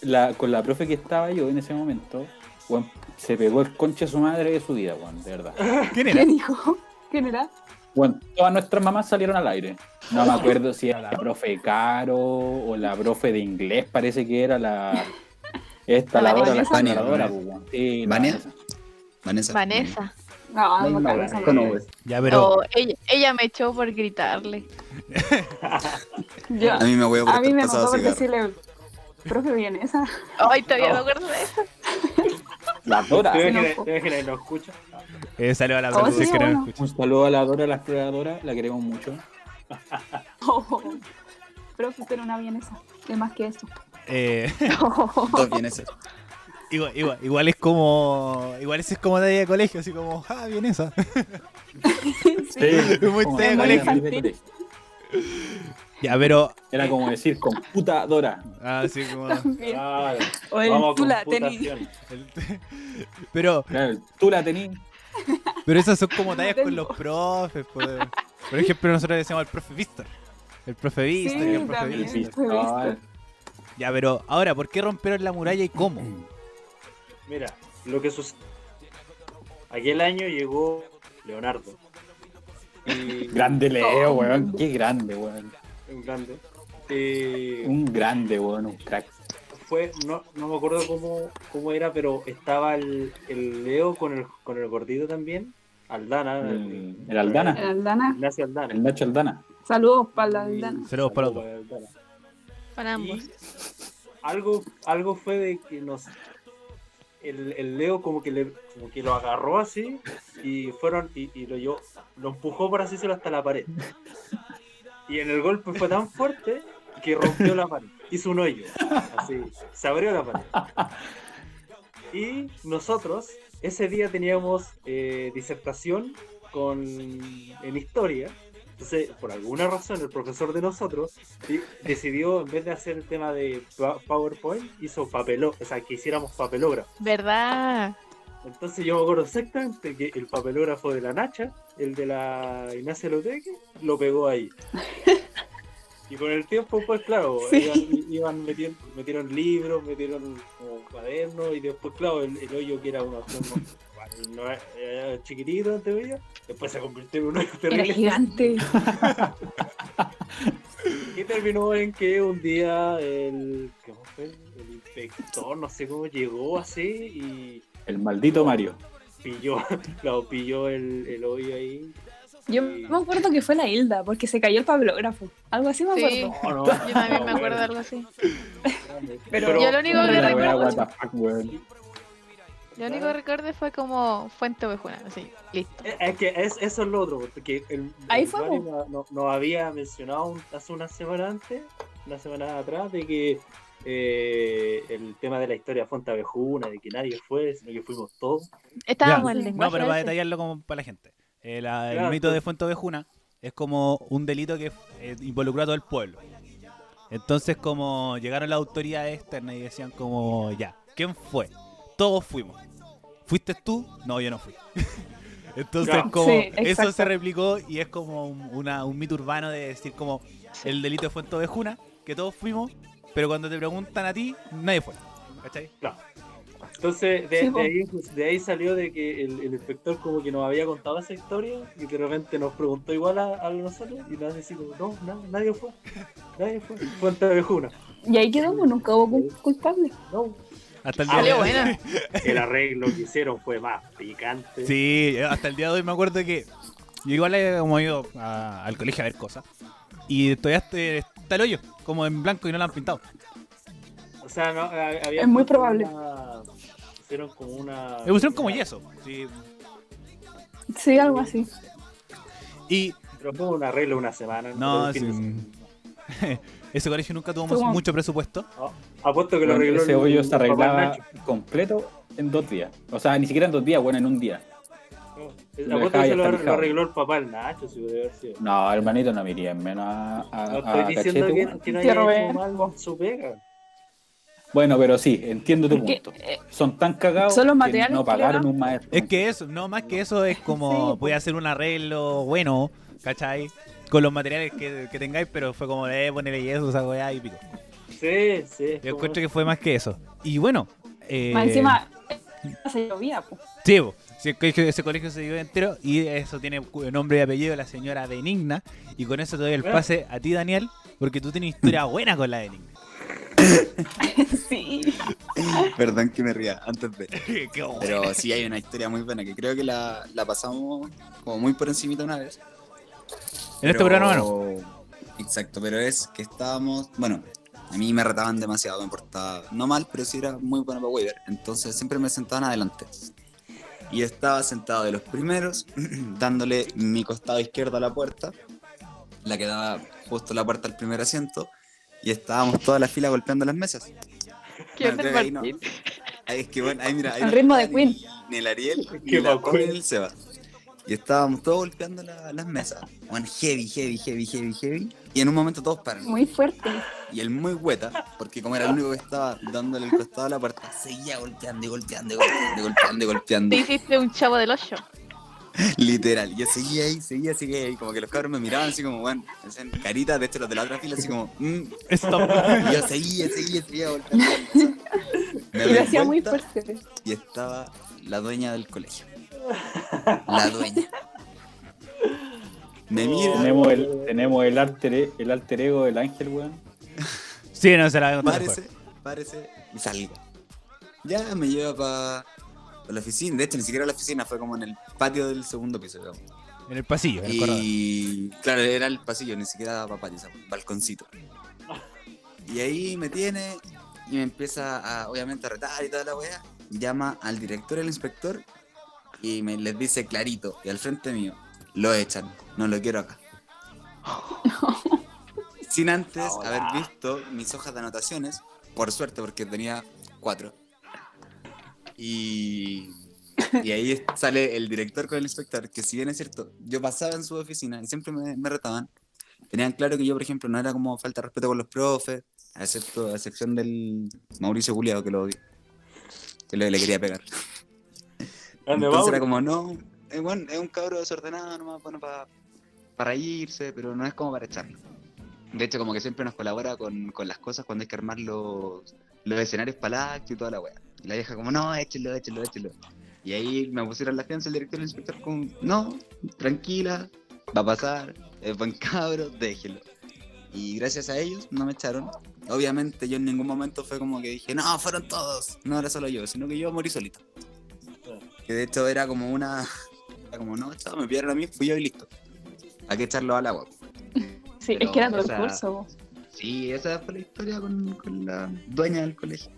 D: la, con la profe que estaba yo en ese momento, weón, se pegó el concha a su madre de su vida, weón, de verdad.
A: ¿Quién era?
E: ¿Qué dijo? ¿Quién era?
D: Bueno, todas nuestras mamás salieron al aire. No me acuerdo si era la profe Caro o la profe de inglés, parece que era la. Esta, la
C: La
D: otra, la
E: Vanessa.
D: exploradora, pues, weón. Sí, la
F: Vanessa. Vanessa.
C: Vanessa.
E: No, no, me acuerdo esa
F: Vanessa. Con
E: madre.
F: V.
A: Ya, pero
C: Oh, ella, ella me echó por gritarle.
E: Yo-
F: A mí me voy a
E: a
F: por
E: mí
F: estar
E: me
F: pasado
E: mató por
F: cigarro.
E: decirle, profe, bien esa.
C: Ay, todavía
B: No.
D: Oh.
C: me acuerdo de eso.
D: La Dora.
B: Te
E: no,
B: imaginas
E: po.
B: te imaginas que no escucha.
A: eh, salió a la
E: Oh,
A: verdad
E: sí,
A: que no me
E: bueno.
A: escucha.
D: Un saludo a la Dora, la exploradora, la queremos mucho.
E: Oh, profe, usted era una vienesa. Es más que Oh, eso.
A: Eh,
F: Dos vieneses.
A: igual, igual, igual es como. Igual ese es como talla de colegio, así como, ah, bien esa.
D: Sí,
A: Muy
D: como-
A: talla de
E: Vanessa.
A: colegio. Ya, pero.
D: Era como decir, computadora.
A: Ah, sí, como.
E: También.
B: Claro.
E: O el
B: Vamos a
E: tú la tenis.
B: computación.
A: el- pero,
D: Claro, tú la tenías.
A: pero esas son como tallas
E: No
A: con
E: tengo.
A: los profes. po. Por, ejemplo, nosotros le decíamos al profe Víctor. El profe Víctor, y el
E: Sí,
A: profe
E: también.
A: Víctor.
D: Víctor.
E: fue visto.
A: Ya, pero ahora, ¿por qué rompieron la muralla y cómo?
B: Mira, lo que sucede. Aquel año llegó Leonardo. Y
D: Grande Leo, weón. Qué grande, weón.
B: un grande. Eh,
D: Un grande, weón, un crack.
B: fue, no, no me acuerdo cómo, cómo era, pero estaba el, el Leo con el, con el gordito también. Aldana.
A: Mm.
D: El- el Aldana.
E: El Aldana.
B: Ignacio Aldana.
D: El Nacho Aldana.
E: Saludos para la Aldana.
A: Saludos para los dos.
B: Saludos para Aldana.
C: Para ambos.
B: Y algo, algo fue de que nos. El, el Leo como que le como que lo agarró así y fueron y, y lo llevó, lo empujó por así decirlo hasta la pared. Y en el golpe fue tan fuerte que rompió la pared. Hizo un hoyo. Así. Se abrió la pared. Y nosotros ese día teníamos eh, disertación con, en historia. Entonces, por alguna razón, el profesor de nosotros y decidió, en vez de hacer el tema de pa- PowerPoint, hizo papeló, o sea, que hiciéramos papelógrafo.
C: ¿Verdad?
B: Entonces yo me acuerdo exactamente que el papelógrafo de la Nacha, el de la Ignacia Loteque, lo pegó ahí. Y con el tiempo, pues claro,
E: Sí.
B: iban, iban metiendo, metieron libros, metieron como cuadernos, y después, claro, el, el hoyo que era uno, uno- no, era chiquitito, en teoría, después se convirtió en un hoyo
E: Era
B: terrible.
E: gigante.
B: Y terminó en que un día el, ¿cómo fue? el inspector, no sé cómo llegó así
D: El maldito Mario.
B: y pilló, claro, pilló el, el hoyo ahí.
E: Yo me acuerdo que fue la Hilda, porque se cayó el papelógrafo. Algo así me
C: Sí.
E: acuerdo.
B: Oh, No, no,
C: Yo también
B: no,
C: me acuerdo
B: bueno.
C: de algo así.
B: Pero-
C: Yo lo único que
D: La weá,
C: recuerdo,
D: what the fuck, weón.
C: lo único que recuerdo fue como Fuente Ovejuna, así, listo.
B: Eh, Es que es, eso es lo otro, porque el,
E: Ahí
B: el
E: fue,
B: Vale
E: po.
B: no- no- nos había mencionado un- hace una semana antes, una semana atrás, de que eh, el tema de la historia fue Avejuna, de que nadie fue, sino que fuimos todos.
A: Ya.
C: Estábamos en lenguaje.
A: No, pero para
C: ese.
A: detallarlo como para la gente. Eh, la- el
B: Claro,
A: mito
B: pues.
A: de Fuente Ovejuna es como un delito que eh, involucró a todo el pueblo. Entonces, como llegaron las autoridades externas y decían como, ya, ¿quién fue? Todos fuimos. ¿Fuiste tú? No, yo no fui. Entonces,
B: Ya.
A: como
E: Sí,
A: eso
E: exacto.
A: se replicó y es como un, una- un mito urbano de decir como el delito de Fuente Ovejuna, que todos fuimos, pero cuando te preguntan a ti, nadie fue. ¿Cachai?
B: Entonces, de,
E: Sí,
B: de
E: po.
B: ahí, pues, de ahí salió de que el, el inspector como que nos había contado esa historia y de repente nos preguntó igual a, a nosotros y nos decimos, no, na- nadie fue, nadie fue, fue en Tavejuna.
E: Y ahí quedó, pues, nunca hubo cul- culpable.
B: No,
A: Hasta el día de
C: Salió
A: hoy.
C: buena.
B: el arreglo que hicieron fue más picante.
A: Sí, hasta el día de hoy me acuerdo que yo igual he como ido a- al colegio a ver cosas. Y todavía este- está el hoyo, como en blanco y no lo han pintado.
B: O sea, no, ha- había
E: Es muy
B: puesto
E: probable.
B: una- hicieron como una...
A: Le pusieron como
B: una-
A: yeso. sí.
E: Sí, algo así.
A: Y
B: Pero fue un arreglo una semana.
A: No,
B: Todo el fin de
A: sí.
B: semana.
A: ese colegio nunca tuvo
E: Tuvo-
A: mucho presupuesto.
B: Apuesto que lo
D: Bueno,
B: arregló
D: ese
B: el-
D: hoyo
B: el
D: se
B: papá
D: arreglaba
B: Nacho.
D: completo en dos días. O sea, ni siquiera en dos días, bueno, en un día.
B: No,
D: Lo
B: Apuesto
D: dejaba
B: que
D: ahí
B: se lo,
D: hasta
B: ar-
D: el
B: lo
D: jabo.
B: arregló el papá el Nacho, si puede haber sido.
D: No, hermanito, no miría menos a, a,
B: No
D: a
B: estoy diciendo
D: Cachete,
B: que,
D: bueno.
B: que no
E: Tío
B: haya hecho
E: Rubén.
B: mal su pega.
D: Bueno, pero sí, entiendo tu
E: Porque,
D: punto.
E: eh,
D: Son tan cagados
E: son los
D: que
E: materiales
D: no
E: que
D: pagaron
E: le
D: un maestro.
A: Es que eso, no más que eso, es como
E: Sí.
A: voy a hacer un arreglo bueno, ¿cachai? Con los materiales que, que tengáis, pero fue como, eh, ponele yeso, esa weá y pico.
B: Sí, sí.
A: Yo encuentro que fue más que eso. Y bueno, eh,
E: Más encima, se llovía, pues.
A: sí, po, sí, el colegio- ese colegio se dio entero y eso tiene cu- nombre y apellido de la señora Benigna. Y con eso te doy
G: Ah.
A: el
B: Bueno.
A: pase a ti, Daniel, porque tú tienes historia buena con la Benigna.
E: sí.
G: Perdón que me ría antes de.
A: Qué bueno.
G: Pero sí hay una historia muy buena que creo que la, la pasamos como muy por encimita una vez.
A: En este programa no.
G: Exacto, pero es que estábamos. Bueno, a mí me retaban demasiado, me portaba no mal, pero sí era muy bueno para Waver. Entonces siempre me sentaban adelante. Y estaba sentado de los primeros, dándole mi costado izquierdo a la puerta, la que daba justo la puerta al primer asiento. Y estábamos toda la fila golpeando las mesas.
C: ¿Quién
G: Bueno,
C: es
G: creo que ahí no.
C: Martín?
G: Ay, es que bueno, ahí mira. ahí
E: Al
G: no
E: ritmo
G: estaba
E: de
G: ni- Ni el Ariel, ni
B: Qué
G: la
B: bacán.
G: Pau, ni el Seba. Y estábamos todos golpeando la- las mesas. Bueno, heavy, heavy, heavy, heavy, heavy. Y en un momento todos paran.
E: Muy fuerte.
G: Y el muy hueta, porque como era el único que estaba dándole el costado a la puerta, seguía golpeando y golpeando y golpeando y golpeando y golpeando.
C: Te hiciste un chavo del ocho.
G: Literal. Yo seguía ahí, seguía, seguía ahí. Como que los cabros me miraban así como, bueno, hacían caritas, de hecho los de la otra fila así como, mm.
A: Stop.
G: Y yo seguía, seguía, seguía golpeando. la mesa. Me
E: Y
G: doy
E: lo hacía muy
G: vuelta.
E: fuerte.
G: y estaba la dueña del colegio. La dueña. Me mira,
D: Tenemos el, tenemos el alter, e, el alter ego del ángel, weón.
A: Sí, no se la voy a contar después.
G: parece, parece y salga. Ya me lleva para la oficina. De hecho, ni siquiera la oficina, fue como en el patio del segundo piso. digamos.
A: En el pasillo, en el corredor.
G: Y claro, era el pasillo, ni siquiera daba patio, o sea, balconcito. Y ahí me tiene y me empieza a, obviamente, a retar y toda la weá. Llama al director, al inspector, y me les dice clarito, y al frente mío, lo echan, no lo quiero acá. Sin antes haber visto mis hojas de anotaciones, por suerte, porque tenía cuatro. Y, y ahí es- sale el director con el inspector, que si bien es cierto, yo pasaba en su oficina y siempre me, me retaban. Tenían claro que yo, por ejemplo, no era como falta de respeto con los profes, excepto, a excepción del Mauricio Culiado, que lo odio. Que le, le quería pegar.
B: Grande,
G: Entonces
B: Mauro.
G: era como, no, es, buen- es un cabro desordenado, nomás, bueno, para reírse, pero no es como para echarlo. De hecho, como que siempre nos colabora con, con las cosas cuando hay que armar los, los escenarios para el acto y toda la wea. Y la vieja como, no, échelo, échelo, échelo. Y ahí me pusieron la fianza el director y el inspector como, no, tranquila, va a pasar, es buen cabro, déjelo. Y gracias a ellos no me echaron. Obviamente yo en ningún momento fue como que dije, no, fueron todos, no era solo yo, sino que yo morí solito. Que de hecho era como una. Era como, no, chao, me pillaron a mí, fui yo y listo. Hay que echarlo al agua.
E: Sí,
G: Pero
E: es que era todo el
G: esa-
E: curso, vos.
G: Sí, esa fue la historia con, con la dueña del colegio.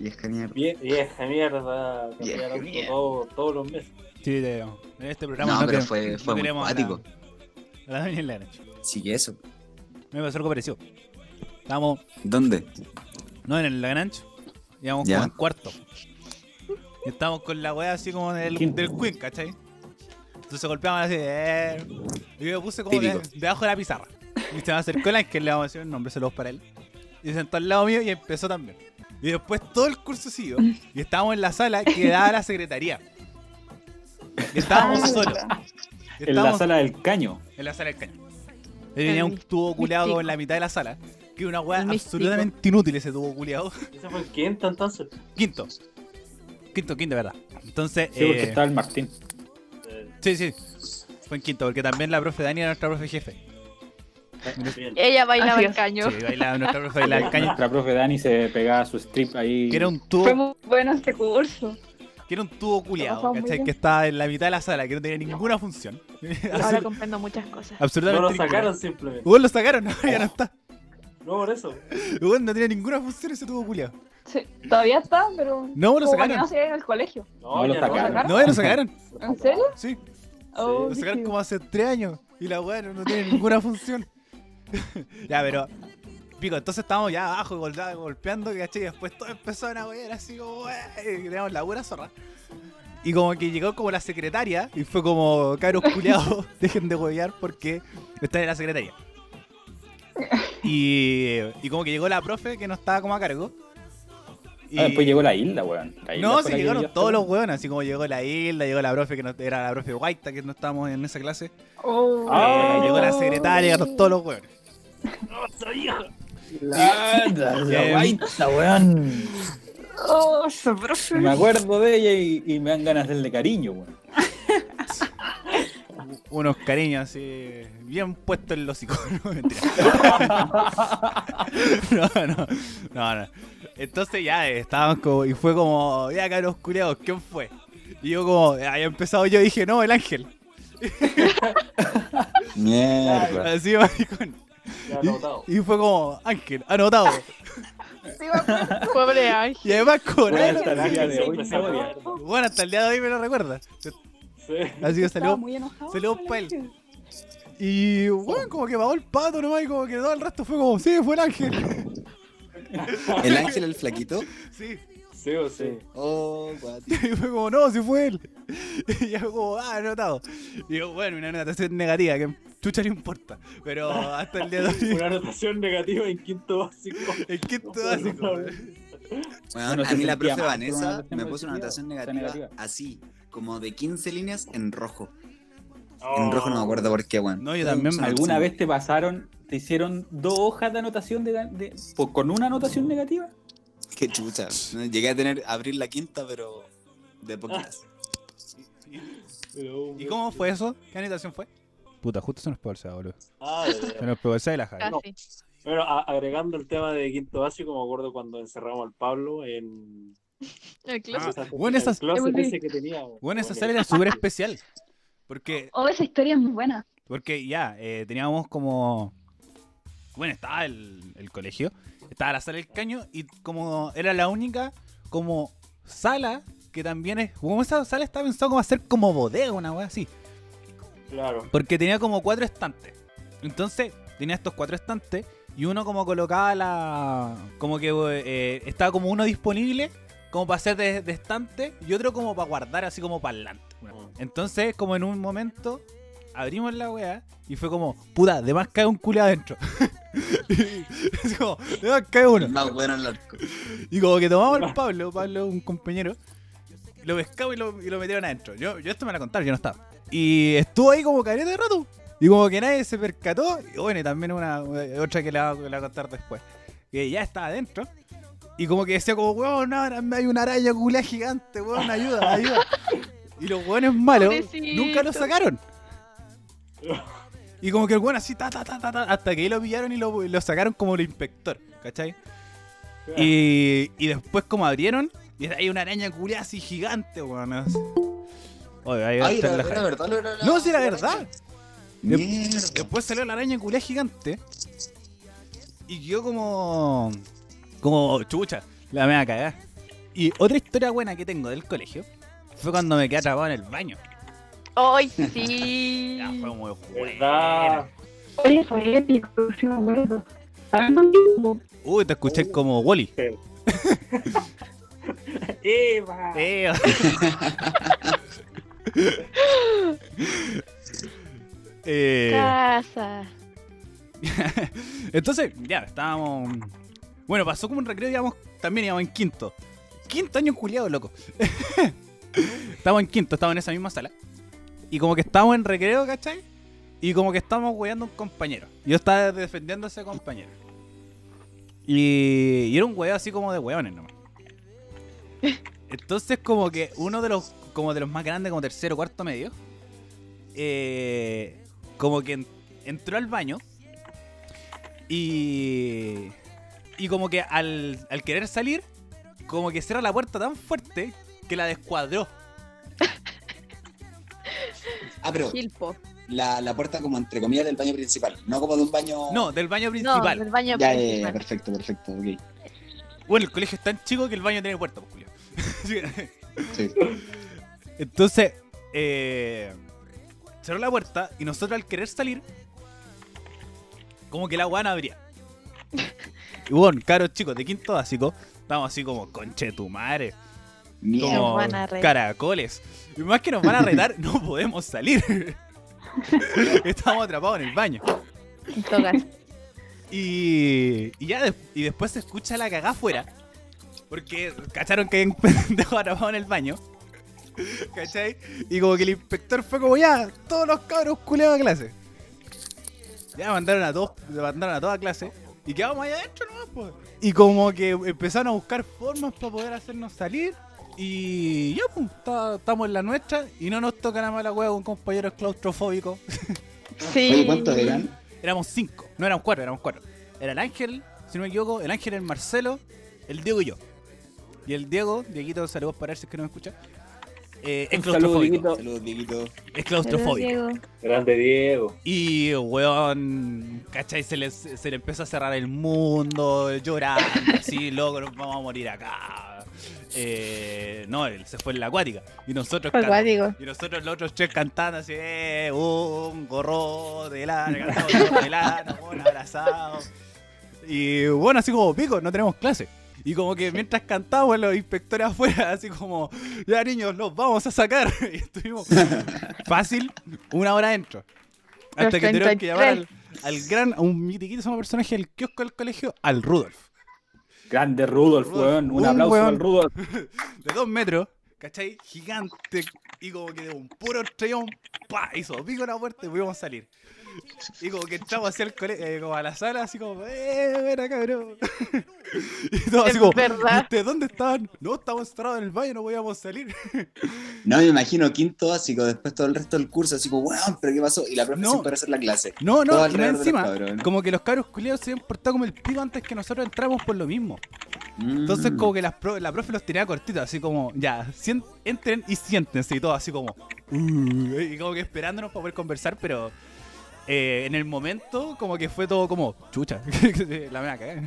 G: Y es que mierda.
B: Vie- Vieja mierda, cambiar
G: Vieja
B: auto
G: mierda.
B: todo- todos los meses.
A: Sí, te digo. En este programa
G: No,
A: no,
G: pero
A: quere-
G: fue,
A: no
G: fue muy
A: queremos a la-
G: cuático.
A: a la Daniel Lange.
G: Sí, que eso.
A: Me pasó algo parecido. Estábamos,
G: ¿Dónde?
A: no en el Lagrange, íbamos
G: Ya.
A: como en cuarto. Y estábamos con la weá así como del,
D: Quinto.
A: del Queen, ¿cachai? Entonces golpeaban así, eh. Y yo me puse como de-
G: Típico.
A: debajo de la pizarra. Y se me acercó el ángel, le vamos a decir un nombre, saludos para él. Y se sentó al lado mío y empezó también. Y después todo el curso siguió. Y estábamos en la sala que daba la secretaría. Y
E: Ah,
A: estábamos
C: Ah.
A: solos. Y
D: En la
A: estábamos
D: sala del caño.
A: en la sala del caño. Y tenía un
C: mis-
A: tubo culeado
C: místico.
A: en la mitad de la sala. Que era una weá
C: El místico.
A: absolutamente inútil ese tubo culeado.
B: Ese fue el quinto entonces.
A: Quinto. Quinto, quinto, ¿verdad? Entonces,
D: Sí, porque
A: eh,
D: estaba el Martín.
B: Eh,
A: sí, sí. Fue en quinto, porque también la profe Dani era nuestra profe jefe.
B: bien.
C: Ella bailaba
E: Así
C: el
E: es.
C: caño.
A: Sí, bailaba, nuestra profe bailaba el caño.
D: Nuestra profe Dani se pegaba su strip ahí.
A: Que era un
E: Fue
A: tubo,
E: muy bueno este curso.
A: que era un tubo culeado,
E: Trabajaba muy
A: ¿cachai?
E: bien.
A: Que estaba en la mitad de la sala, que no tenía ninguna función.
C: Ahora comprendo muchas cosas.
A: Absolutamente.
B: No lo
A: ninguna.
B: sacaron simplemente.
A: Weón, lo sacaron, no, ya no está.
B: No por eso.
A: Weón, no tiene ninguna función ese tubo culiado.
E: Sí, todavía está, pero.
A: No, lo
E: como
A: sacaron.
E: para que No se vea en el colegio.
B: No,
D: lo
B: ya
D: sacaron.
B: no.
A: No, ya lo sacaron.
E: ¿En serio?
A: Sí,
E: Oh,
A: lo
E: sí,
A: sacaron
E: sí.
A: como hace tres años. Y la weá no, no tiene ninguna función. ya, pero. Pico, entonces estábamos ya abajo gol- golpeando, ¿cachai? Y después todos empezaron a wear así como, "Weá", y Teníamos la buena zorra. Y como que llegó como la secretaria y fue como, caros culiados, dejen de huevear porque está en la secretaria. Y, y como que llegó la profe que no estaba como a cargo.
D: Ah, después llegó la isla, weón. La Hilda
A: No,
D: fue
A: se
D: la que
A: llegaron
D: vivió
A: todos los
D: hasta-
A: hueones, así como llegó la Hilda, llegó la profe que no, era la profe Guaita, que no estábamos en esa clase.
E: Oh.
D: Ah,
A: Eh, llegó la secretaria, llegaron todos los hueones.
D: La, la,
A: Eh,
D: guaita, weón.
E: Oh, esa profe.
D: Me acuerdo de ella y, y me dan ganas de hacerle cariño, weón.
A: Unos cariños así, bien puestos en los iconos. no, no, no, no. Entonces ya eh, estábamos como, y fue como, ya caros culiados, ¿quién fue? Y yo como, había empezado yo, dije, no, el ángel.
D: Mierda.
A: Así, maricón.
B: Ya anotado.
A: Y fue como, ángel, anotado.
C: Pobre Ángel.
A: Y además con
D: Bueno,
A: ángel.
D: hasta el día de hoy
B: Sí,
D: me odia.
A: Bueno, hasta el día de hoy me lo recuerda.
B: Sí.
A: Así que
E: Estaba
A: salió
E: muy enojado.
A: salió un
E: con
A: pal.
E: ángel.
A: Y bueno, como que pagó el pato nomás y como que todo el resto fue como, sí, fue el ángel.
F: ¿El ángel, el flaquito?
A: Sí.
B: Sí o sí.
F: Oh, guati.
A: Y fue como, no, sí fue él. Y yo como, ah, anotado. Y yo, bueno, una anotación negativa, que chucha no importa. Pero hasta el día de hoy,
B: Una anotación negativa en quinto básico.
A: el quinto básico. eh. weón.
F: Bueno,
D: Bueno,
F: a
D: se
F: mí la
D: sentía
F: profe
D: mal,
F: Vanessa
D: pero
F: me
D: no
F: puso una
D: decía,
F: anotación
D: o sea,
F: negativa,
D: negativa.
F: así, como de 15 líneas en rojo. En
B: Oh.
F: rojo no me acuerdo por qué, weón.
A: No, yo también-
F: Una
D: ¿Alguna
F: anotación.
D: vez te pasaron, te hicieron dos hojas de anotación de, de- por- con una anotación negativa?
F: Qué chucha. No, Llegué a tener, a abrir la quinta, pero de poquitas.
B: Pero-
A: ¿Y cómo fue eso? ¿Qué anotación fue? Puta, justo se nos pegó el sábado, boludo.
B: Ah, de-
A: Se nos pegó el sábado y la Javi.
C: Casi.
B: Bueno, a- agregando el tema de quinto básico, me acuerdo cuando encerramos al Pablo en.
C: El closet.
B: en
A: bueno,
B: el
A: esas-
B: closet
E: Volví.
B: ese que tenía.
A: Bueno, esa
B: Como
A: sala
B: que-
A: era súper especial. Porque
E: Oh, esa historia es muy buena.
A: Porque ya, eh, teníamos como. Bueno, estaba el, el colegio, estaba la sala del caño y como era la única como sala que también es. Como esa sala estaba pensada como hacer como bodega, una wea así.
B: Claro.
A: Porque tenía como cuatro estantes. Entonces, tenía estos cuatro estantes y uno como colocaba la. Como que eh, estaba como uno disponible, como para hacer de, de estante y otro como para guardar así como parlante. Entonces, como en un momento, abrimos la weá y fue como, puta, de más cae un culo adentro. Es como, de más cae uno.
F: Más bueno el arco.
A: Y como que tomamos al Pablo, Pablo, un compañero, lo pescamos y lo, y lo metieron adentro. Yo, yo esto me la contaron, yo no estaba. Y estuvo ahí como careta de rato. Y como que nadie se percató. Y bueno, y también una otra que la, la voy a contar después. Que ya estaba adentro. Y como que decía como, weón, ahora hay una araña culea gigante, weón, ayuda, ayuda. Y los weones malos
C: Pobrecito.
A: nunca lo sacaron. Y como que el weón así, ta, ta, ta, ta, ta, hasta que ahí lo pillaron y lo, lo sacaron como el inspector, ¿cachai? Y, y después como abrieron, y hay una araña culiada así gigante, weón. así. Oye, ahí
F: Ay,
A: está
F: era,
A: la
F: era
A: ja-
F: verdad, lo era la-
A: No, sí, la verdad.
F: Mierda.
A: Después salió la araña culiada gigante. Y yo como... Como chucha, la me va a cagar. Y otra historia buena que tengo del colegio fue cuando me quedé atrapado en el baño.
C: ¡Ay, sí!
A: Ya, fue muy
B: ¿Verdad?
A: buena.
E: Oye, fue épico, sí me acuerdo. Hablando mismo.
A: Uy, te escuché como Wally.
B: ¡Eva!
A: Eh, Eh,
C: Casa.
A: Eh, Entonces, ya, estábamos. Bueno, pasó como un recreo, digamos, también íbamos en quinto. Quinto año culiado, loco. estábamos en quinto, estábamos en esa misma sala. Y como que estábamos en recreo, ¿cachai? Y como que estábamos weando a un compañero. Yo estaba defendiendo a ese compañero. Y, y era un weón así como de weones nomás. Entonces como que uno de los como de los más grandes, como tercero, cuarto medio, eh, como que en- entró al baño y y como que al, al querer salir, como que cierra la puerta tan fuerte que la descuadró.
G: Ah, pero
C: Gilpo.
G: la, la puerta como entre comillas del baño principal, no como de un baño...
A: No, del baño
C: No,
A: principal.
C: del baño
G: Ya, ya, ya,
C: principal.
G: perfecto, perfecto, ok.
A: Bueno, el colegio es tan chico que el baño tiene puerta, pues, Julio.
G: Sí.
A: Entonces, eh, cerró la puerta y nosotros al querer salir, como que la guana abría. Y bueno, caros chicos de quinto básico, estamos así como conchetumares,
G: Mierda.
A: como
C: van a retar.
A: caracoles. Y más que nos van a retar, no podemos salir. Estamos atrapados en el baño.
C: En todo caso.
A: Y, y ya des- y después se escucha la cagá afuera. Porque cacharon que hay un pendejo atrapado en el baño. ¿Cachai? Y como que el inspector fue como ya, todos los cabros culeados a clase. Ya mandaron a todos, mandaron a toda clase. Y quedamos ahí adentro nomás, po. Y como que empezaron a buscar formas para poder hacernos salir. Y ya, pues, está- estamos en la nuestra. Y no nos toca nada más la hueá con compañeros claustrofóbicos.
C: Sí.
G: Oye, ¿cuántos eran?
A: Éramos cinco, no éramos cuatro, éramos cuatro. Era el Ángel, si no me equivoco, el Ángel, el Marcelo, el Diego y yo. Y el Diego, Dieguito, saludos para él si es que no me escucha. eh, es
D: Un saludo,
A: claustrofóbico.
D: Dieguito.
G: Saludos, Dieguito.
A: Es
C: Saludos,
A: claustrofóbico.
C: Diego.
B: Grande Diego.
A: Y, weón, ¿cachai? Se le, se le empezó a cerrar el mundo, llorando, así, loco, nos vamos a morir acá. Eh, no, él se fue en la acuática. Y nosotros,
C: Fue
A: cantando.
C: acuático.
A: Y nosotros los otros tres cantando así, eh, un gorro de lana, cantamos un gorro de lana, un abrazado. Y bueno, así como pico, no tenemos clase. Y como que mientras cantábamos los inspectores afuera, así como, ya niños, los vamos a sacar. Y estuvimos fácil una hora adentro.
C: Los
A: Hasta que tuvieron que llamar al,
C: 33.
A: al gran, a un mitiquísimo personaje del kiosco del colegio, al Rudolf.
D: Grande Rudolf,
A: Rudolf,
D: weón. Un
A: un
D: aplauso
A: weón.
D: al Rudolf.
A: de dos metros, ¿cachai? Gigante. Y como que de un puro estrellón, pa, hizo pico la puerta y pudimos salir. Y como que entramos hacia el cole, eh, como a la sala, así como, eh, ven cabrón. y todo así
C: Es
A: como,
C: verdad.
A: ¿y ustedes dónde estaban? No, estábamos encerrados en el baño, no podíamos salir.
G: No, me imagino quinto básico, después todo el resto del curso, así como, weón, pero ¿qué pasó? Y la profe
A: No.
G: sin poder hacer la clase.
A: No,
G: Todo
A: no, y más
G: alrededor de los
A: encima,
G: cabrones.
A: como que los cabros culiados se habían portado como el pico antes que nosotros entramos por lo mismo.
G: Mm.
A: Entonces como que las pro- la profe los tiraba cortitos, así como, ya, sien- entren y siéntense y todo, así como, "Uh", y como que esperándonos para poder conversar, pero eh, en el momento como que fue todo como, chucha, la meaca, ¿eh?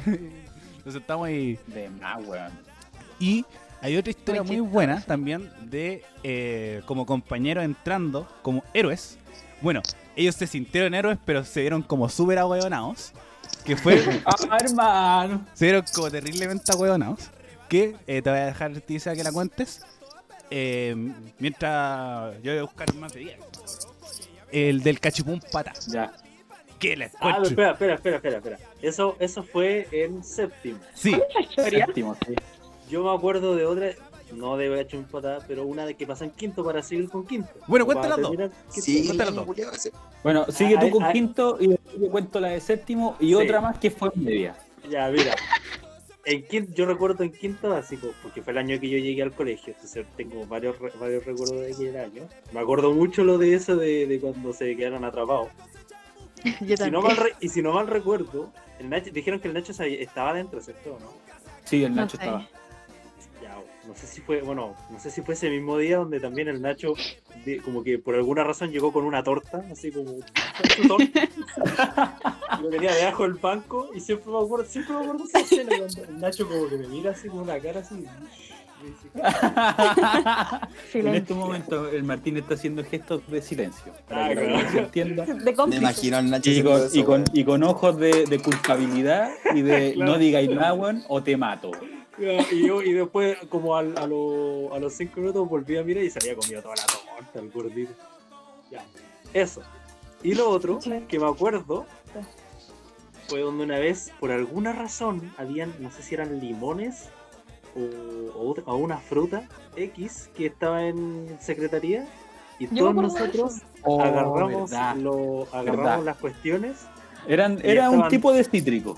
A: Nos sentamos y...
D: De más, weón.
A: Y hay otra historia muy,
C: Muy
A: buena también de eh, como compañeros entrando como héroes. Bueno, ellos se sintieron héroes, pero se vieron como súper ahueonados, que fue
D: Ah, hermano.
A: se vieron como terriblemente ahueonados. Que eh, te voy a dejar, Tiza, que la cuentes. Eh, mientras yo voy a buscar más bebidas. El del cachipún pata.
D: Ya.
A: Que les
B: Ah, pero
A: cuento.
B: espera, espera, espera, espera, espera. Eso, eso fue en séptimo.
A: Sí,
D: Séptimo, sí.
B: Yo me acuerdo de otra, no de hecho un patada, pero una de que pasó en quinto para seguir con quinto.
A: Bueno,
B: O para
A: cuéntala dos.
B: terminar quinto.
G: Sí,
A: cuéntalo todo.
G: culiao, ese-
D: Bueno, sigue tú
B: Ay,
D: con
B: ay.
D: quinto y después yo cuento la de séptimo y
B: Ah, Sí.
D: otra más que fue media.
B: Ya, mira. En quinto, yo recuerdo en quinto básico, porque fue el año que yo llegué al colegio, entonces tengo varios, re- varios recuerdos de aquel año. Me acuerdo mucho lo de eso de, de cuando se quedaron atrapados.
C: Yo
B: Si
C: también.
B: no mal re- y si no mal recuerdo, el Nacho- dijeron que el Nacho sabía- estaba dentro, ¿cierto? o ¿No?
D: Sí, el
C: No
D: Nacho
C: sé.
D: estaba.
B: Ya, no sé si fue, bueno, no sé si fue ese mismo día donde también el Nacho, de- como que por alguna razón llegó con una torta, así como su torta. Y lo tenía debajo del banco y siempre me acuerdo, siempre me acuerdo de esa escena cuando el Nacho como que me mira así con una cara así. y me dice,
D: en este
C: Silencio.
D: momento el Martín está haciendo gestos de silencio. Para
B: Ah,
D: que la
B: claro.
D: audiencia entienda.
E: De
G: Me
E: cómplice.
G: imagino al Nacho
D: Y con,
G: haciendo
D: y, con,
G: eso,
D: y con ojos de, de culpabilidad y de
B: Claro.
D: no digáis nada, weón, o te mato.
B: Y, yo, y después, como al- a, lo- a los cinco minutos, volví a mirar y se había comido toda la torta, el gordito. Ya, eso. Y lo otro, que me acuerdo, fue donde una vez, por alguna razón, habían, no sé si eran limones o, o otra- o una fruta X que estaba en secretaría y
E: Yo
B: todos
E: me acuerdo de
B: nosotros
D: Oh,
B: agarramos,
D: verdad.
B: lo,
D: verdad.
B: agarramos las cuestiones
D: Eran,
B: Y
D: era un
B: estaban-
D: tipo de cítrico.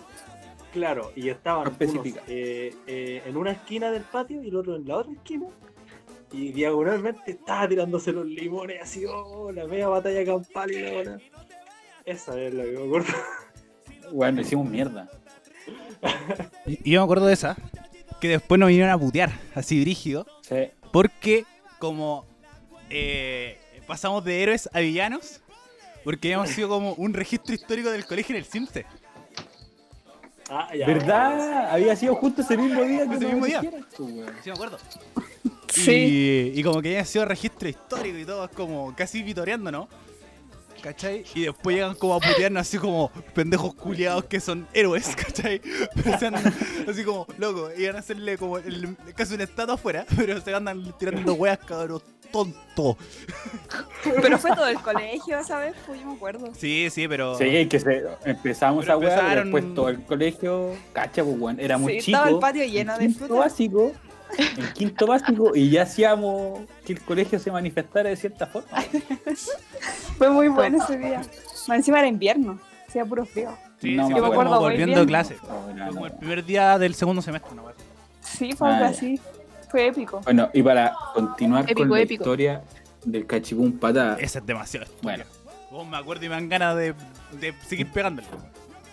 B: Claro, y estaban
D: No
B: unos,
D: especifica.
B: eh, eh, en una esquina del patio y el otro en la otra esquina. Y diagonalmente estaba tirándose los limones así, oh, la media batalla campal y la hora. Esa es la que me acuerdo.
D: Bueno, hicimos mierda.
A: Y, y yo me acuerdo de esa, que después nos vinieron a putear, así brígido,
D: Sí.
A: porque como eh, pasamos de héroes a villanos, porque habíamos sido como un registro histórico del colegio en el CIMSE.
B: Ah, ya,
D: ¿Verdad? Había sido justo ese mismo día que
A: Ese
D: nos
A: mismo día.
D: eligieron, tú, weón.
A: Sí, me acuerdo.
E: Sí.
A: Y, y como que había sido registro histórico y todo, como casi vitoreando, ¿no? ¿Cachai? Y después llegan como a putearnos así como pendejos culiados que son héroes, ¿cachai? Pensando, así como, loco, iban a hacerle como el- casi una estatua afuera, pero se andan tirando weas, cabrón, tonto.
E: Pero fue todo el colegio esa vez, pues yo me acuerdo.
A: Sí, sí, pero...
D: Sí, que se, empezamos
A: Pero
D: a wear,
A: empezaron-
D: después todo el colegio, cacha, pues, weón, éramos
E: Sí,
D: chicos.
E: estaba el patio lleno de
D: en quinto
E: frutas.
D: básico, en quinto básico, y ya hacíamos que el colegio se manifestara de cierta forma.
E: Fue muy bueno ese día. Más encima era invierno, hacía puro frío.
A: Sí,
D: No
A: sí,
D: me
A: como
E: acuerdo muy
A: volviendo a
E: bien.
A: clase.
D: No, no,
A: Como el
D: no.
A: primer día del segundo semestre, ¿no?
E: Sí, fue algo
D: Ah, ya.
E: así. Fue épico.
D: Bueno, y para continuar
C: Épico,
D: con la
C: épico.
D: historia del cachipún patá,
A: Ese es demasiado estúpido.
D: Bueno.
A: Vos me acuerdo y me dan ganas de, de seguir pegándole.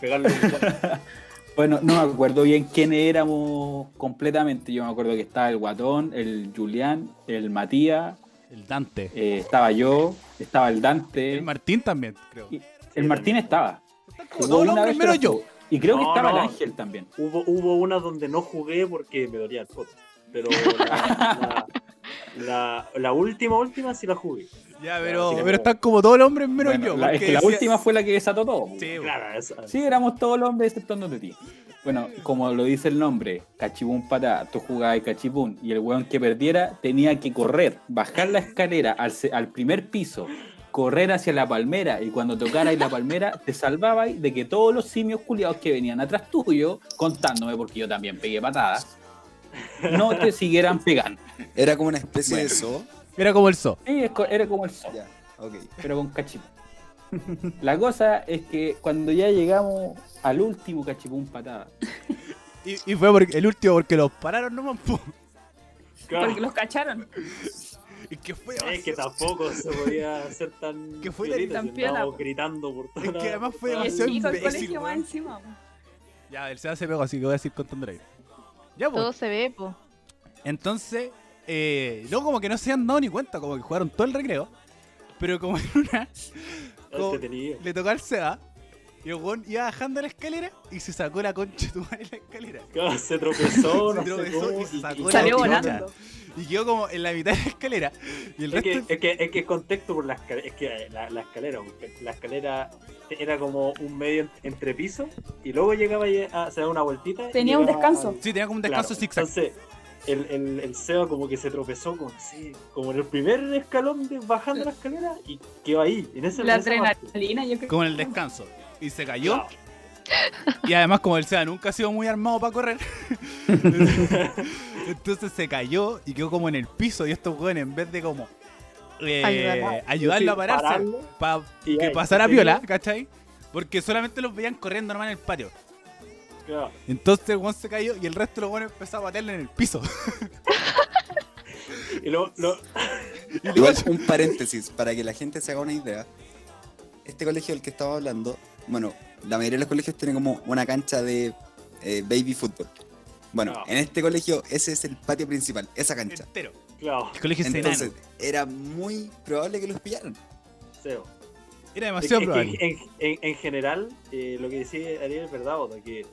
B: Pegarle un-
D: bueno, no me acuerdo bien quiénes éramos completamente. Yo me acuerdo que estaba el Guatón, el Julián, el Matías,
A: El Dante.
D: eh, estaba yo, estaba el Dante,
A: El
D: el,
A: Martín también, creo.
D: Y- Martín estaba.
A: Como
D: Jugó
A: todos los
D: una
A: hombres
D: vez, pero
A: menos yo.
D: jugó. Y creo que
B: No,
D: estaba
B: no.
D: el Ángel también.
B: hubo, hubo una donde no jugué porque me dolía el poto. Pero la, la, la- la última, última sí la jugué.
A: Ya,
B: Así
A: pero,
B: que-
A: pero están como todos los hombres menos
D: Bueno,
A: yo.
D: la- es
A: porque
D: que la
A: decía-
D: última fue la que desató todo.
A: Sí, bueno.
B: Claro, esa.
D: Sí, éramos todos los hombres exceptuando de ti. Bueno, como lo dice el nombre, Cachipún Patá, tú jugabas Cachipún y el weón que perdiera tenía que correr, bajar la escalera al, se- al primer piso, correr hacia la palmera y cuando tocarais la palmera te salvabais de que todos los simios culiados que venían atrás tuyo, contándome porque yo también pegué patadas, no te siguieran pegando.
G: Era como una especie de zoo.
A: Era como el zoo.
D: Sí, es co- era como el sol.
G: Ya, ok.
D: pero con cachipún. La cosa es que cuando ya llegamos al último cachipún patada,
A: Y, y fue porque- el último porque los pararon nomás. po.
B: Claro.
E: los cacharon.
A: Y que fue.
B: Es que tampoco se podía hacer tan.
A: Que fue
B: violento,
E: tan
B: si
E: piola,
B: andábamos
E: po.
B: gritando por todo
A: Es que además fue
E: Y el
A: demasiado
E: chico, el
A: imbécil.
E: colegio más
A: weón.
E: encima.
A: Ya, el SEA se pegó, así que voy a decir con Tondray. Ya, pues.
C: Todo se ve, po.
A: Entonces, eh, no como que no se han dado ni cuenta, como que jugaron todo el recreo. Pero como en una,
B: entretenido.
A: le tocó al SEA. Y el weón iba bajando la escalera y se sacó la concha de tu madre en la escalera.
B: Claro, Se tropezó,
A: Se
B: no sé
A: tropezó
B: cómo,
A: y se
B: y-
A: sacó
B: y-
A: la
E: Salió
A: concha.
E: volando.
A: Y quedó como en la mitad de la escalera. Y el
B: Es que,
A: resto.
B: es que, es que contexto por la escalera, es que eh, la, la escalera, porque la escalera era como un medio ent- entre piso y luego llegaba y a, se daba una vueltita. y
E: Tenía un
B: llegaba
E: descanso.
B: al-
A: Sí, tenía como un descanso
B: Claro,
A: zigzag.
B: Entonces, el, el, el CEO como que se tropezó como, sí, como en el primer escalón de bajando la escalera y quedó ahí. En ese
E: La
B: en esa parte.
E: adrenalina, yo creo.
A: Como en el descanso. Y se cayó.
B: Claro.
A: Y además, como el SEA nunca ha sido muy armado para correr. Entonces se cayó y quedó como en el piso. Y estos weones, en vez de como eh,
C: Ayudarlo.
A: ayudarlo a
B: Sí,
A: pararse,
B: pararlo,
A: para
B: y
A: que
B: ahí,
A: pasara
B: tenía-
A: piola, ¿cachai? Porque solamente los veían corriendo nomás en el patio.
B: claro.
A: Entonces el weón se cayó y el resto de los weones empezó a patearle en el piso.
B: Y luego, lo-
G: Igual, un paréntesis para que la gente se haga una idea. Este colegio del que estaba hablando, bueno, la mayoría de los colegios tienen como una cancha de eh, baby fútbol. Bueno,
B: No.
G: en este colegio ese es el patio principal, esa cancha.
A: entero.
B: claro,
A: El colegio es
G: Entonces,
A: enano.
G: era muy probable que los pillaran.
B: CEO.
A: Era
B: Es
A: demasiado
B: que-
A: probable.
B: es que En, en- en general, eh, lo que decía Ariel es verdad, Boto, que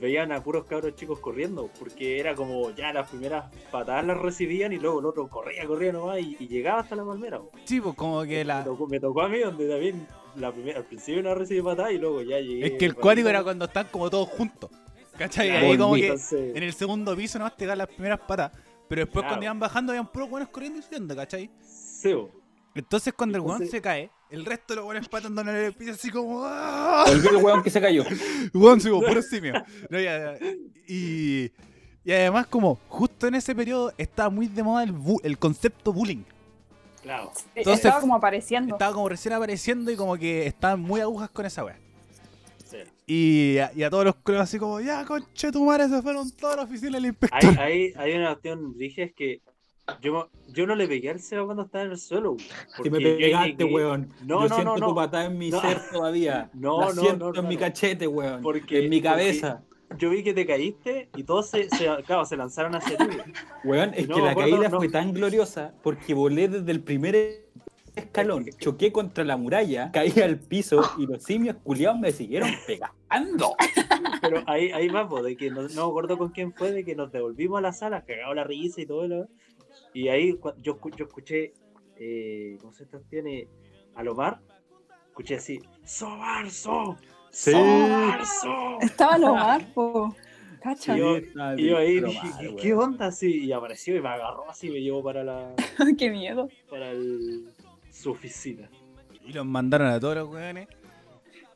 B: veían a puros cabros chicos corriendo, porque era como ya las primeras patadas las recibían y luego el otro corría, corría nomás y, y llegaba hasta la palmera. bo.
A: Sí, pues, como que
B: Me,
A: la.
B: tocó, me tocó a mí donde también la primera, al principio no recibí patada y luego ya llegué.
A: Es que el
B: para
A: cuático
B: arriba.
A: era cuando están como todos juntos. ¿Cachai?
B: Claro,
A: Ahí como
D: volví.
A: que
B: entonces,
A: en el segundo piso nomás te dan las primeras patas. Pero después
B: Claro.
A: cuando iban bajando habían puros buenos corriendo y subiendo, ¿cachai?
B: sí, bo.
A: Entonces cuando el weón
B: Entonces-
A: se cae, El resto lo ponen patando en el piso así como. ¡ah!
D: Volvió el weón que se cayó.
A: Weón, sí, weón, puro simio. No, ya, ya. Y, y además, como justo en ese periodo estaba muy de moda el, bu- el concepto bullying.
B: Claro.
A: Entonces-
E: estaba como apareciendo.
A: Estaba como recién apareciendo y como que estaban muy agujas con esa wea.
B: sí.
A: Y a, y a todos los clubes así como, ya, conche tu madre, se fueron todos los oficiales del inspector.
B: Hay, hay, hay una cuestión dije es que yo, mo- yo no le pegué al Seba cuando estaba en el suelo. güey,
D: Que
B: porque
D: me
B: yo
D: pegaste,
B: llegué-
D: weón.
B: No,
D: Yo
B: no,
D: siento
B: no,
D: tu
B: no.
D: patada en mi
B: No.
D: ser todavía.
B: No,
D: La
B: no, no,
D: siento en
B: no,
D: mi
B: no.
D: cachete, weón.
B: Porque-
D: en mi cabeza.
B: Yo vi que te caíste y todos se, se, claro, se lanzaron hacia ti. güey.
D: Weón, es
B: No,
D: que la
B: gordo,
D: caída
B: no.
D: fue tan gloriosa porque volé desde el primer escalón, choqué contra la muralla, caí al piso y los simios culiados me siguieron pegando.
B: Pero ahí, ahí vamos, de que no, no me acuerdo con quién fue, de que nos devolvimos a la sala, cagado la risa y todo. lo- Y ahí cua- yo, escu- yo escuché, eh, ¿cómo se llama? tiene? Al Omar, escuché así, ¡Sobarzo!
D: Sí.
B: ¡Sobarzo!
E: Estaba lo mal, po. Cacha.
B: Y yo-
D: Estaba
B: Y yo ahí
D: bien
B: dije,
D: tromado,
B: ¿qué,
D: weón.
B: qué onda? así? Y apareció y me agarró así y me llevó para la
E: Qué miedo.
B: para el- su oficina.
A: Y los mandaron a todos los weones.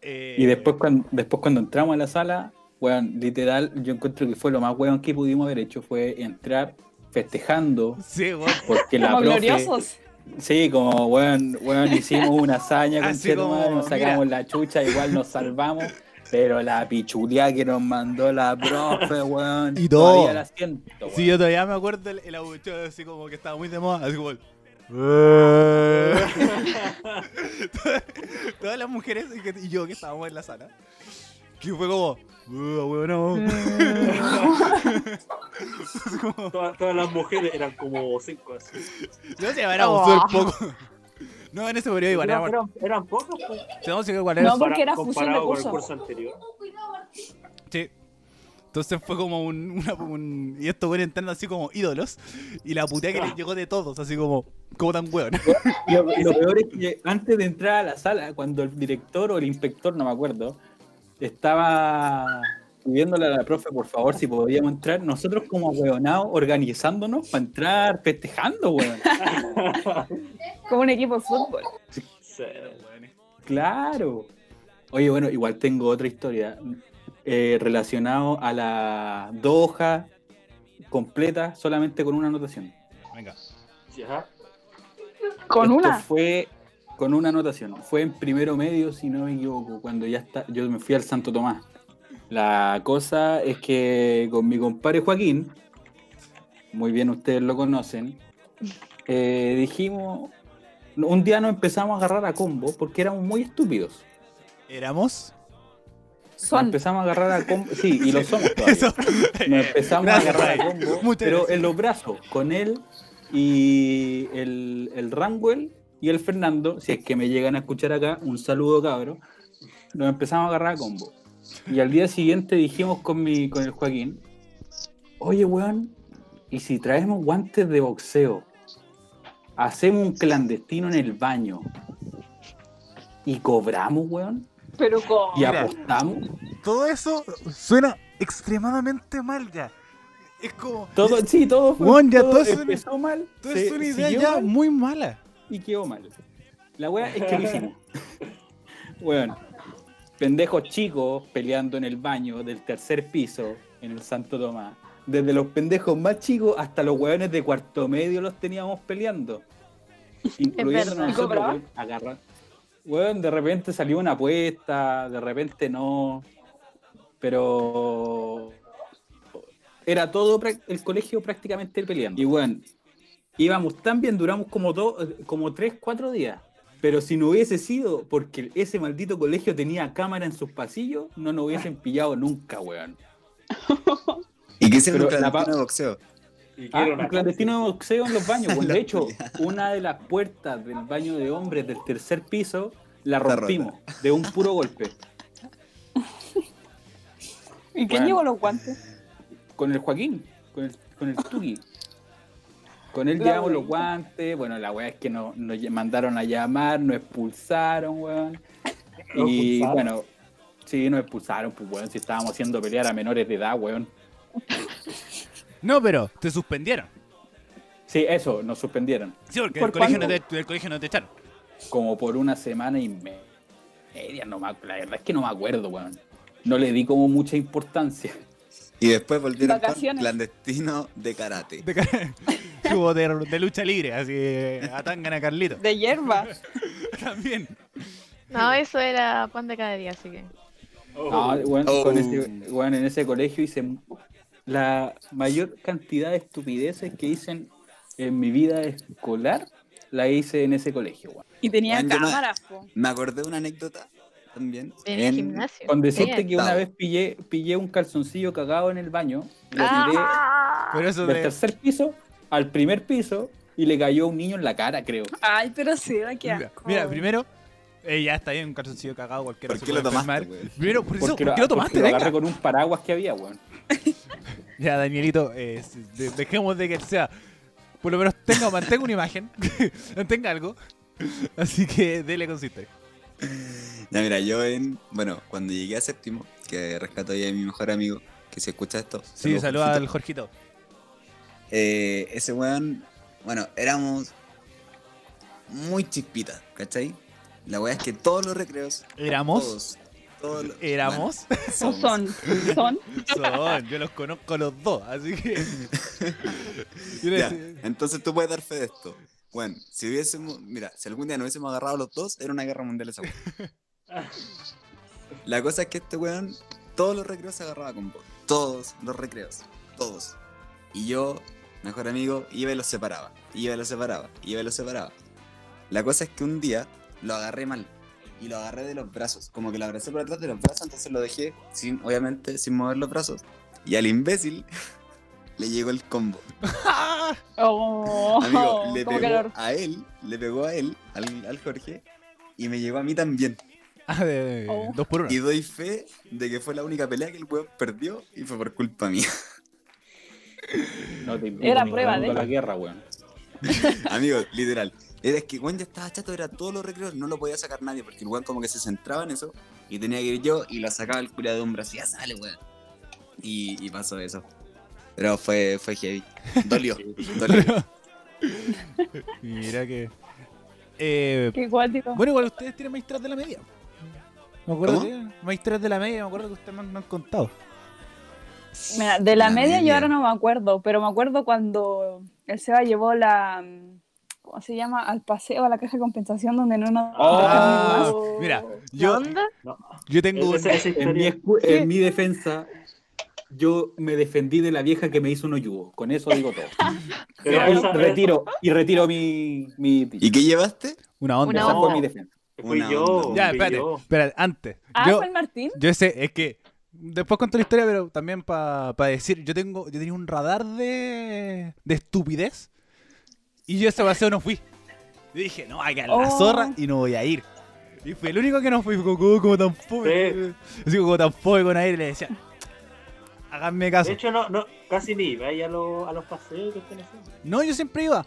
A: Eh,
D: Y después cuando, después cuando entramos a la sala, weón, literal, yo encuentro que fue lo más weón que pudimos haber hecho, fue entrar festejando,
A: Sí, weón.
D: porque la
E: Como
D: profe...
E: gloriosos.
D: Sí, como weón, weón, hicimos una hazaña con
A: Así como,
D: nos sacamos la chucha, igual nos salvamos, pero la pichulia que nos mandó la profe, weón,
A: Y todo.
D: todavía la siento, weón.
A: Sí, yo todavía me acuerdo el, el abucheo así como que estaba muy de moda, así como el- Todas las mujeres y, que- y yo que estábamos en la sala. Que fue como... "Uh, weón, no". Es como-
B: Todas, todas las mujeres eran como cinco así.
A: No se éramos
C: Oh.
A: súper poco. No, en ese periodo igual
B: Eran,
A: éramos...
B: eran- eran pocos, pues.
A: Tenemos que igual
E: No,
A: éramos-
E: porque
B: Compara-
E: era fusión de
B: comparado con el
E: curso.
B: curso anterior.
A: Sí. Entonces fue como un... una- un- y estos güeyes entrando así como ídolos. Y la putea que les llegó de todos, así como... Como tan weón.
D: Lo, lo peor es que antes de entrar a la sala, cuando el director o el inspector, no me acuerdo, estaba pidiéndole a la profe, por favor, si podíamos entrar, nosotros como weonados organizándonos para entrar festejando, weón.
E: Como un equipo de fútbol.
B: Sí.
D: Claro. Oye, bueno, igual tengo otra historia eh, relacionado a la dos hojas completa solamente con una anotación.
A: Venga.
B: Ya.
C: Con
D: Esto
C: una.
D: Fue con una anotación. Fue en primero medio, si no me equivoco, cuando ya está. Yo me fui al Santo Tomás. La cosa es que con mi compadre Joaquín, muy bien ustedes lo conocen, eh, dijimos. Un día nos empezamos a agarrar a combo porque éramos muy estúpidos.
A: Éramos...
D: Nos
E: Son.
D: empezamos a agarrar a combo. Sí, y lo somos todavía.
A: Eso.
D: Nos empezamos
A: Gracias,
D: a agarrar a
A: Ray.
D: combo,
A: Muchas
D: pero
A: gracias.
D: en los brazos, con él y el, el Ramwell y el Fernando, si es que me llegan a escuchar acá, un saludo cabro, nos empezamos a agarrar a combo. Y al día siguiente dijimos con, mi, con el Joaquín, oye weón, ¿y si traemos guantes de boxeo? Hacemos un clandestino en el baño. Y cobramos, weón.
E: Pero con.
D: Y
A: Mira.
D: apostamos.
A: Todo eso suena extremadamente mal ya. Es como.
D: Todo, sí, todo fue.
A: Weón, ya
D: todo
A: todo es una-
D: empezó mal.
A: todo
D: se
A: es una idea
D: siguió
A: ya
D: mal.
A: muy mala.
D: y quedó mal. La wea es que lo hicimos. Weón. Pendejos chicos peleando en el baño del tercer piso en el Santo Tomás. Desde los pendejos más chicos hasta los weones de cuarto medio los teníamos peleando. Incluyendo
C: verdad.
D: nosotros,
E: ¿Cobraba?
D: weón, agarrar. Weón, de repente salió una apuesta, de repente no. Pero era todo prac- el colegio prácticamente peleando. Y bueno, íbamos tan bien, duramos como, dos, como tres, cuatro días. Pero si no hubiese sido porque ese maldito colegio tenía cámara en sus pasillos, no nos hubiesen pillado nunca, weón.
G: ¿Y qué hicieron
D: Pero
G: un
D: la
G: clandestino
D: pa-
G: de boxeo?
B: Y
D: Ah,
B: quiero
D: un
B: una-
D: clandestino de boxeo en los baños, weón.
G: La
D: De hecho,
G: culia.
D: una de las puertas del baño de hombres del tercer piso la
G: rota.
D: rompimos de un puro golpe.
E: ¿Y quién
D: Bueno.
E: llevó los guantes?
D: Con el Joaquín, con el, con el Tuki. Con él
E: La
D: llevamos los
E: abuelita.
D: guantes. Bueno, la weá es que nos, nos ll- mandaron a llamar, nos expulsaron, weón.
B: Nos
D: Y
B: expulsaron.
D: bueno, sí, nos expulsaron, pues weón, si estábamos haciendo pelear a menores de edad, weón.
A: No, pero te suspendieron.
D: Sí, eso, nos suspendieron.
A: Sí, porque
E: ¿Por
A: del colegio, no
E: cuánto?
A: te, del colegio no te echaron.
D: como por una semana y me- media. No me, ac- la verdad es que no me acuerdo, weón. No le di como mucha importancia.
G: Y después volvieron con
E: Vacaciones.
G: clandestino de karate.
A: De, ca- Estuvo de, de lucha libre, así eh, atangan a Carlito.
E: De hierba.
A: También.
C: No, eso era pan de cada día, así que.
D: Ah, weón,
G: Oh.
D: con ese- weón, en ese colegio hice la mayor cantidad de estupideces que hice en mi vida escolar, la hice en ese colegio, weón.
E: Y tenía
G: Juan, yo no-
E: cámaras, po.
G: Me acordé de una anécdota también.
C: En el gimnasio.
D: Con decirte
C: Bien.
D: que una
G: Octavo.
D: vez pillé, pillé un calzoncillo cagado en el baño, lo tiré
C: Ah,
A: Pero eso
D: del
A: de.
D: tercer piso al primer piso y le cayó a un niño en la cara, creo.
E: Ay, pero sí, da que
A: Mira,
E: asco.
A: mira, primero. eh, ya está bien, un calzoncillo cagado cualquiera.
G: ¿Por
A: se
G: qué
A: puede
G: lo tomaste,
A: enfermar.
G: weón?
A: Primero, por eso, ¿por qué lo
D: porque
A: tomaste?
D: lo
A: Venga.
D: agarré con un paraguas que había, weón.
A: Ya, Danielito, eh, s- de- dejemos de que sea. Por lo menos tenga o mantenga una imagen. mantenga algo. Así que dele consiste.
G: Ya, mira, yo en. Bueno, cuando llegué a séptimo, que rescato ahí a mi mejor amigo, que se escucha esto.
A: Sí, saluda
G: Jorgito.
A: al Jorgito.
G: Eh, ese weón, bueno, éramos muy chispitas, ¿cachai? La weá es que todos los recreos.
A: ¿Éramos?
G: Todos, todos los-
A: ¿Éramos?
G: bueno,
E: O
G: somos.
E: son, son.
A: Son, yo los conozco a los dos, así que. Yo les-
G: Ya, entonces tú puedes dar fe de esto. Bueno, si hubiésemos, mira, si algún día nos hubiésemos agarrado los dos, era una guerra mundial esa weá. La cosa es que este weón, todos los recreos se agarraba con vos. Todos los recreos. Todos. Y yo, mejor amigo, iba y los separaba. Iba y los separaba. Iba y los separaba. La cosa es que un día lo agarré mal. Y lo agarré de los brazos. Como que lo abracé por atrás de los brazos, entonces lo dejé, sin, obviamente, sin mover los brazos. Y al imbécil le llegó el combo.
E: Oh,
G: Amigo, le
E: como
G: pegó
E: que lo-
G: a él, le pegó a él, al, al Jorge, y me llegó a mí también.
A: Ah, de- de-
E: Oh.
A: Dos por uno.
G: Y doy fe de que fue la única pelea que el weón perdió y fue por culpa mía.
D: No te invito
E: Era
D: ni
E: prueba
D: cagando
E: de-
D: a la guerra, weón.
G: Amigo, literal. Era que weón ya estaba chato, era todos los recreos, no lo podía sacar nadie, porque el weón como que se centraba en eso, y tenía que ir yo, y la sacaba el culiado de un brazo, y ya sale, weón. Y, y pasó eso. Pero fue, fue heavy. Dolió, dolió.
A: Mira que. Eh,
E: Qué cuático.
A: bueno, igual ustedes tienen maestras de la media. Me acuerdo
G: ¿Cómo?
A: que. Maestras de la media, me acuerdo que ustedes me han, me han contado.
E: Mira, de la
G: La
E: media yo
G: media.
E: ahora no me acuerdo, pero me acuerdo cuando el Seba llevó la. ¿Cómo se llama? Al paseo, a la caja de compensación donde no nos.
A: Ah,
E: Oh.
A: mira,
C: ¿qué
A: yo,
C: onda?
A: yo tengo un.
B: Esa, esa
D: En mi,
B: historia.
D: escu- en mi defensa, yo me defendí de la vieja que me hizo un hoyugo. Con eso digo todo.
B: Pero
D: Y
B: esa-
D: retiro, y retiro mi, mi
G: ¿Y qué llevaste?
A: Una onda.
C: Una
D: Esa fue
B: No.
D: mi defensa.
B: Fui
G: Una
B: yo.
G: onda.
A: Ya,
B: fui
A: espérate,
B: yo.
A: espérate, antes.
E: Ah,
A: yo,
E: fue el Martín.
A: yo sé, es que. Después cuento la historia, pero también para decir, yo tengo, yo tenía un radar de, de estupidez y yo a ese paseo no fui. Yo dije, no, hay que a la
E: Oh.
A: zorra y no voy a ir. Y fue el único que no fui, como, como, como tan pobre. Así como tan pobre con aire, le decía, háganme
B: De
A: caso.
B: hecho, no, no, casi ni iba ahí a, los- a los paseos que están haciendo.
A: No, yo siempre iba.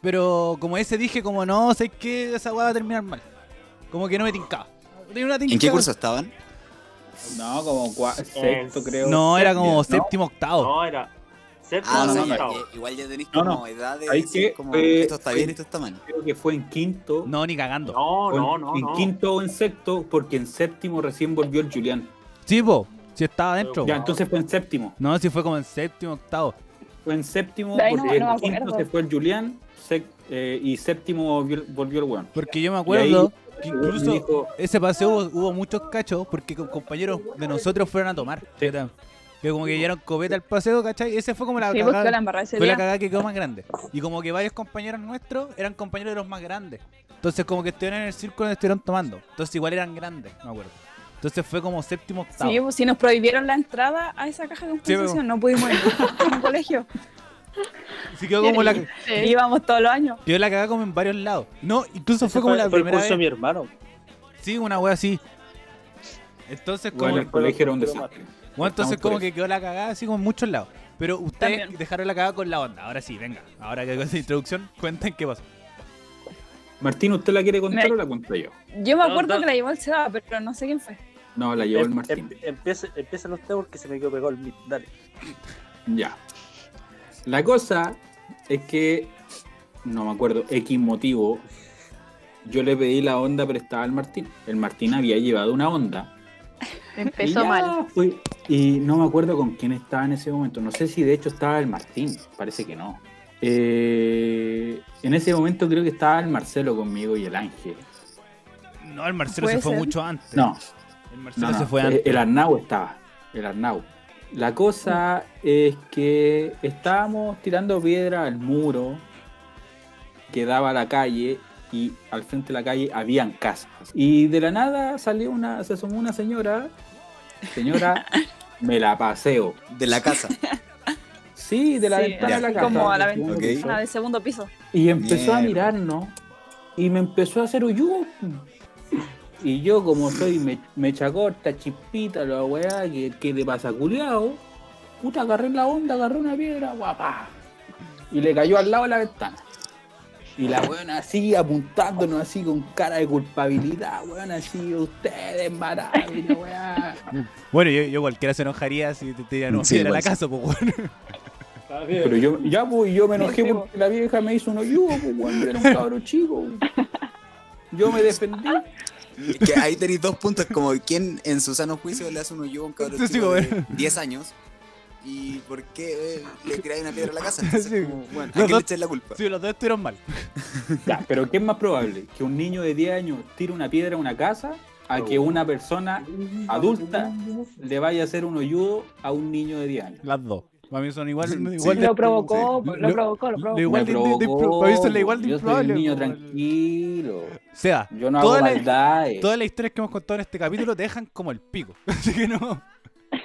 A: Pero como ese dije, como no, sé que esa weá va a terminar mal. Como que no me tincaba. Tenía una
G: ¿En qué
A: tincada.
G: curso estaban?
D: No, como cua-
B: Eh,
D: sexto, creo.
A: No, era como
D: No.
A: séptimo, octavo.
B: No, era. Séptimo
G: Ah,
D: no,
G: sí,
B: o
D: no,
B: octavo.
G: ya, igual ya tenéis
D: No,
G: como
D: no.
G: edad de
D: Hay
G: decir
D: que,
G: como
D: eh,
G: esto está
D: hay-
G: bien, esto está mal.
D: Creo que fue en quinto.
A: No, ni cagando.
B: No,
D: Fue
B: no, no.
D: En
B: no.
D: quinto o en sexto, porque en séptimo recién volvió el Julián.
A: Sí, po, si estaba adentro.
D: Ya,
B: Wow.
D: entonces fue en séptimo.
A: No, si fue como en séptimo, octavo.
D: Fue en séptimo,
E: De ahí no-
D: porque
E: no me
D: en quinto
E: acuerdo.
D: se fue el Julián, sec- eh, y séptimo volvió, volvió el weón.
A: Porque yo me
D: Y
A: acuerdo
D: ahí-
A: que
D: Me
A: incluso
D: dijo,
A: ese paseo hubo, hubo muchos cachos porque co- compañeros de nosotros fueron a tomar.
D: Sí.
A: Que como que llevaron copeta al paseo, ¿cachai? Ese fue como la
E: Sí, porque
A: cagada.
E: la embarré ese
A: Fue la
E: día.
A: cagada que quedó más grande. Y como que varios compañeros nuestros eran compañeros de los más grandes. Entonces como que estuvieron en el círculo donde estuvieron tomando. Entonces igual eran grandes, me acuerdo. Entonces fue como séptimo octavo.
E: Sí, pues, si nos prohibieron la entrada a esa caja de compensación,
A: pues.
E: no pudimos ir al colegio.
A: Sí, quedó como la,
E: Y
C: Sí.
E: íbamos todos los años.
A: quedó la cagada como en varios lados. No, incluso fue
D: Ese
A: como la
D: fue el
A: primera
D: curso de
A: vez.
D: mi hermano.
A: Sí, una wea así. Entonces como
D: Bueno, el colegio era un desastre.
A: Bueno, entonces
D: Estamos por
A: como
D: eso.
A: que quedó la cagada así como en muchos lados. Pero ustedes
E: También.
A: dejaron la cagada con la onda. Ahora sí, venga. Ahora que con esa introducción, cuenten qué pasó.
D: Martín, ¿usted la quiere contar
E: Me-
D: o la cuento yo?
E: Yo me
B: No,
E: acuerdo
B: no.
E: que la llevó el Seba, pero no sé quién fue.
D: No, la llevó el Martín.
B: Em, Empieza, empieza los temas porque se me quedó pegado el mic. Dale.
D: Ya. La cosa es que, no me acuerdo, X motivo, yo le pedí la onda prestada al Martín. El Martín había llevado una onda.
C: Empezó
D: Y ya,
C: mal.
D: fui- y no me acuerdo con quién estaba en ese momento. No sé si de hecho estaba el Martín. Parece que no. Eh, en ese momento creo que estaba el Marcelo conmigo y el Ángel.
A: No, el Marcelo se
E: Puede
A: fue
E: ser.
A: mucho antes.
D: No,
A: El
D: no,
A: Marcelo
D: no,
A: se fue
D: eh,
A: antes.
D: el Arnau estaba. El Arnau. La cosa es que estábamos tirando piedra al muro que daba a la calle y al frente de la calle habían casas. Y de la nada salió una, se asomó una señora. Señora, me la paseo.
G: De la casa.
D: Sí, de la
E: Sí,
D: ventana
G: ya,
D: de la casa.
G: como
E: a la ventana.
G: Ok.
E: Una del segundo piso.
D: Y empezó a
G: Mierda.
D: mirarnos y me empezó a hacer uyú. Y yo, como soy me- mecha corta, chispita, la weá, que, que te pasa culiao, puta, agarré la onda, agarré una piedra, guapa. Y le cayó al lado de la ventana. Y la weona así, apuntándonos así con cara de culpabilidad, weón, así, ustedes maravillas, la weá.
A: Bueno, yo, yo cualquiera se enojaría si te tiran una
G: Sí,
A: piedra a la
G: igual.
A: casa, pues, weón.
B: Está bien.
D: Pero yo, ya, pues, yo me enojé
E: Sí, po.
D: porque la vieja me hizo un hoyo, pues, weón, era un cabro chico. Yo me defendí.
G: Es que ahí tenéis dos puntos, como quién en su sano juicio le hace un hoyo a un cabrón
A: Sí,
G: chico de
A: bueno.
G: 10 años y por qué eh, le tiráis una piedra a la casa. Entonces,
A: Sí.
G: como, bueno,
A: Los
G: ¿a quién
A: dos-
G: le echáis la culpa?
A: Sí, los dos estuvieron mal.
D: Ya, pero ¿qué es más probable? ¿Que un niño de 10 años tire una piedra a una casa a que
A: Oh.
D: una persona adulta le vaya a hacer un hoyudo a un niño de 10 años?
A: Las dos. Para mí son igual.
G: Sí.
A: igual de-
E: Lo provocó,
A: Sí.
E: lo provocó, lo
A: lo
E: provocó.
A: igual de-
D: Me
A: de- de-
D: provocó,
A: para mí son lo igual de
D: yo soy
A: improbable,
D: un niño
A: po.
D: tranquilo.
A: Seba,
D: Yo no hago
A: todas las-
D: maldades.
A: todas las historias que hemos contado en este capítulo te dejan como el pico. Así que no.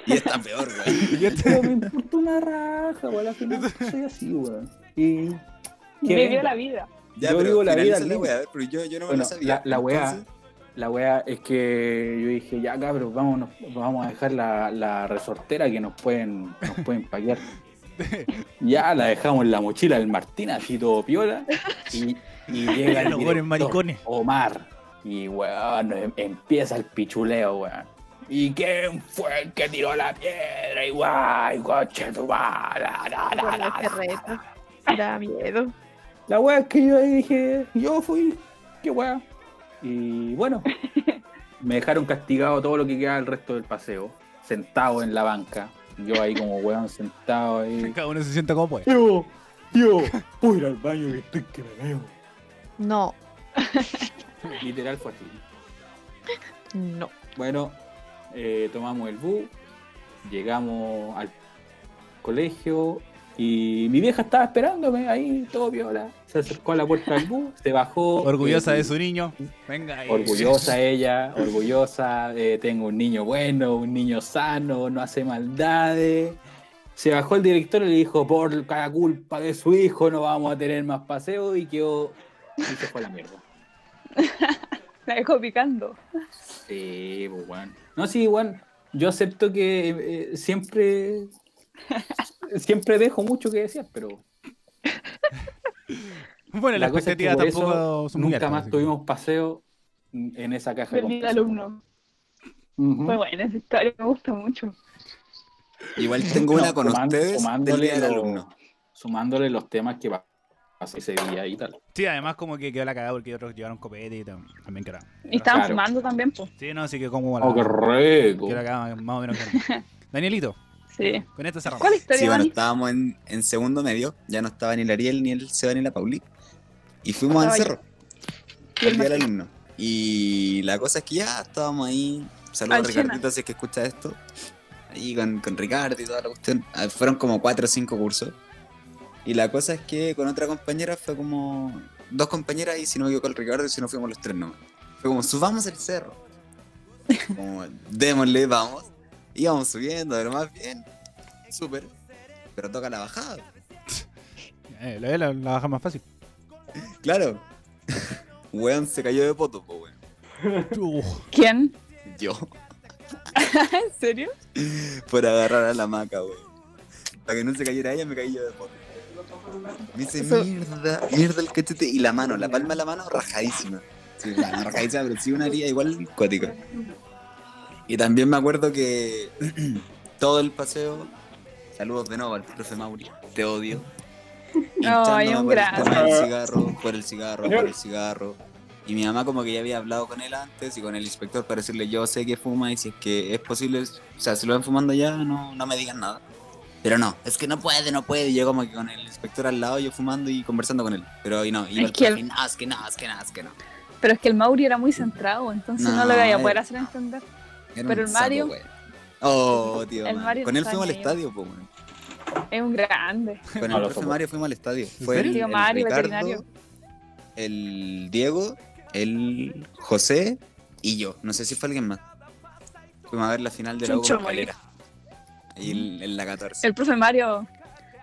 G: Y es tan peor, güey.
A: Y este-
D: Pero me importa una raja, weón. Al final soy así, weón. Y... que
E: Vivió
D: venga.
E: la vida.
G: Ya,
D: Yo
G: pero
D: vivo la vida
G: finaliza
D: libre.
G: weá, pero yo, yo no me
D: Bueno,
G: lo sabía.
D: la- la weá.
G: Entonces,
D: La wea es que yo dije, ya cabros, vámonos, vamos a dejar la, la resortera que nos pueden, nos pueden paquear. ya la dejamos en la mochila del Martín, así todo piola. Y, y llega el
A: Los buenos
D: director,
A: maricones.
D: Omar. Y weón, em- empieza el pichuleo, weón. ¿Y quién fue el que tiró la piedra? Y guay, coche, tu madre, la, la, la,
C: Bueno,
D: la,
C: qué reto. Da miedo.
D: la wea es que yo ahí dije, yo fui, qué wea. Y bueno, me dejaron castigado todo lo que quedaba el resto del paseo, sentado en la banca. Yo ahí como weón sentado ahí.
A: Cada uno se sienta como puede.
D: Yo, yo, voy a ir al baño que estoy que me veo.
C: No,
D: Literal fue así.
C: no.
D: Bueno, eh, tomamos el bus, llegamos al colegio y mi vieja estaba esperándome ahí, todo viola. Se acercó a la puerta del bus, se bajó.
A: Orgullosa
D: eh,
A: de su niño. Venga. eh.
D: Orgullosa ella, orgullosa, eh, tengo un niño bueno, un niño sano, no hace maldades. Se bajó el director y le dijo, por cada culpa de su hijo no vamos a tener más paseo y quedó... Y se fue a la mierda.
E: La dejó picando.
D: Sí, pues bueno. No, sí, bueno, yo acepto que eh, siempre... Siempre dejo mucho que desear, pero
A: Bueno, la,
D: la cosa es que
A: expectativa
D: por
A: tampoco
D: eso
A: son muy
D: nunca
A: altas,
D: más
A: así que-
D: tuvimos paseo en esa caja. de
E: Perdí el
D: compensación.
E: alumno.
D: Ujú.
E: Fue buena esa historia, me gusta mucho.
G: Igual tengo
D: No,
G: una con
D: suman-
G: ustedes del día del
D: lo-
G: alumno.
D: Sumándole los temas que va pasó ese día y tal.
A: Sí, además como que quedó la cagada porque otros llevaron copete y tam- también que era.
E: Y estaban
D: Claro.
E: fumando también, pues.
A: Sí, no, así que como la,
D: Oh, qué rico.
A: quedó la cagada más o menos. que era. Danielito,
E: Sí.
A: con esto cerramos.
E: ¿Cuál historia,
G: Sí, bueno,
E: Dani?
G: estábamos en, en segundo medio, ya no estaba ni el Ariel, ni el Seba, ni la Pauli. Y fuimos al
E: Estaba
G: cerro,
E: Y el
G: el día del alumno. Y la cosa es que ya estábamos ahí. Saludos
E: Al
G: a Ricardito si es que escucha esto. Ahí con, con Ricardo y toda la cuestión. Ah, Fueron como cuatro o cinco cursos. Y la cosa es que con otra compañera fue como dos compañeras y si no me equivoco el Ricardo y si no fuimos los tres nomás. Fue como subamos el cerro. Como démosle, vamos. Íbamos subiendo, de lo más bien. Súper. Pero toca la bajada.
A: Eh, la, la, la baja más fácil.
G: Claro. Weón se cayó de poto, po, weón.
A: Uf,
E: ¿Quién?
G: Yo.
E: ¿En serio?
G: por agarrar a la maca, güey. Para que no se cayera ella, me caí yo de fondo. Me dice,
E: Eso-
G: mierda, mierda el cachete. Y la mano, la palma de la mano rajadísima. Sí, la mano rajadísima, pero sí una herida igual cuática. Y también me acuerdo que todo el paseo. Saludos de nuevo al profe Mauri. Te odio.
E: No, hay
G: Hinchándome
E: un
G: por el
E: gran-
G: tema del cigarro, por el cigarro, por el cigarro. Y mi mamá como que ya había hablado con él antes y con el inspector para decirle yo sé que fuma y si es que es posible, o sea, si lo ven fumando ya, no, no me digan nada. Pero no, es que no puede, no puede. Y yo como que con el inspector al lado, yo fumando y conversando con él. Pero y no, iba
E: Es
G: al
E: que
G: profe,
E: el-
G: no, es que no, es que no, es que no.
E: Pero es que el Mauri era muy centrado, entonces no,
G: No,
E: lo voy a
G: era-
E: poder hacer entender.
G: Era
E: Pero el
G: un sapo,
E: Mario-
G: güey. Oh, tío.
E: el
G: man.
E: Mario
G: con él
E: está
G: fuimos al
E: negro.
G: estadio, po, güey.
E: Es un grande.
G: Con el
D: Habla
G: profe
D: poco.
G: Mario fuimos al estadio. Fue
A: serio?
G: el,
E: Tío
G: el
E: Mario,
G: Ricardo,
E: veterinario.
G: el Diego, el José y yo. No sé si fue alguien más. Fuimos a ver la final de la U
E: Chucho
G: con Calera. Ahí en, en la 14.
E: El profe Mario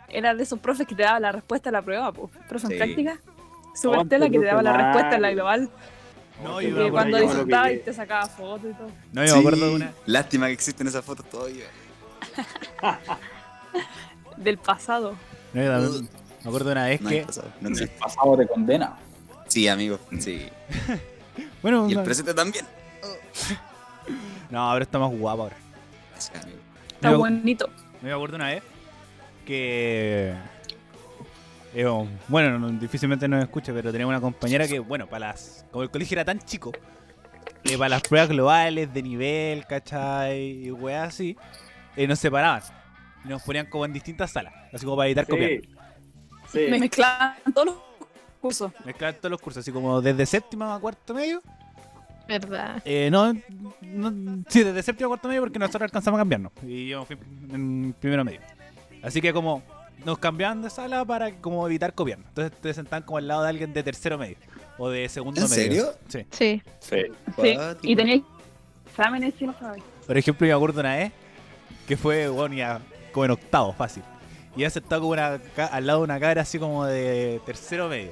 E: era de esos profes que te daba la respuesta a la prueba, pues. Profe
G: Sí.
E: en práctica.
B: Aguante,
E: Super tela que te
B: profe
E: daba la
B: Mario.
E: respuesta en la global.
A: No, yo
B: Porque
E: Y
A: me
B: por
A: acuerdo,
E: cuando
B: ahí
A: yo,
B: hizo-
E: disfrutaba y
B: pillé.
E: te sacaba fotos y todo.
A: no, yo me acuerdo de
G: Sí,
A: una.
G: Lástima que existen esas fotos todavía.
E: Del pasado.
A: no, yo también me acuerdo de una vez
G: No hay
A: que.
G: pasado, no
D: El
G: existe.
D: pasado te condena.
G: Sí, amigo, sí.
A: Bueno,
G: Y el
A: no,
G: presente también.
A: no, ahora está más guapo ahora.
G: Gracias, amigo.
E: Está
A: Yo-
E: bonito.
A: Me acuerdo una vez que. eh, oh, Bueno, no- difícilmente nos escucha, pero tenía una compañera que, bueno, para las. Como el colegio era tan chico, eh, para las pruebas globales de nivel, ¿cachai? Y weas así, eh, nos separaban. Y nos ponían como en distintas salas, así como para evitar copiar.
B: Sí. Sí.
E: Me mezclaban todos los cursos.
A: Mezclaban todos los cursos, así como desde séptima a cuarto medio.
C: ¿Verdad?
A: Eh, no, no- sí, desde séptimo a cuarto medio porque nosotros alcanzamos a cambiarnos. Y yo fui en primero medio. Así que como nos cambiaban de sala para como evitar copiarnos. Entonces te sentaban como al lado de alguien de tercero medio. O de segundo
G: ¿En
A: medio.
G: serio?
A: Sí.
C: Sí.
B: Sí.
E: Sí.
G: Cuático.
E: Y tenía exámenes encima, ¿sabes?
A: Por ejemplo, yo me acuerdo una vez que fue, bueno, ya como en octavo, fácil. Y ya sentado como una, ca- al lado de una cara así como de tercero medio.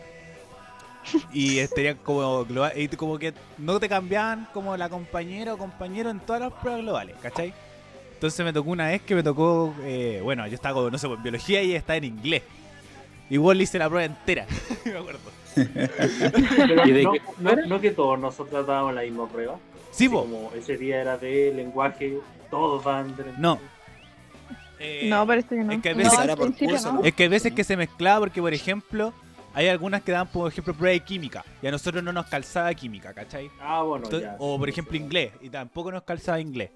A: Y estarían como globa- y tú como que no te cambiaban como la compañera o compañero en todas las pruebas globales, ¿cachai? Entonces me tocó una vez que me tocó, eh, bueno, yo estaba como, no sé, en biología y está en inglés. Igual le hice la prueba entera, me acuerdo.
B: Pero
D: ¿Y de
B: no,
D: qué
B: no- no que todos nosotros dábamos la misma prueba.
A: Sí,
B: Así
A: po.
B: Como ese día era de lenguaje, todos daban de lenguaje.
A: No. Eh,
C: No, parece que no.
A: es que a
C: No,
A: veces-
C: al
G: Era por
C: principio
G: curso,
C: no.
G: ¿no?
A: Es que hay veces
G: ¿no?
A: que se mezclaba porque, por ejemplo, hay algunas que dan, por ejemplo, prueba de química y a nosotros no nos calzaba química, ¿cachai?
B: Ah, bueno,
A: Entonces-
B: ya.
A: o,
B: sí,
A: por
B: sí,
A: ejemplo,
B: sí.
A: inglés y tampoco nos calzaba inglés,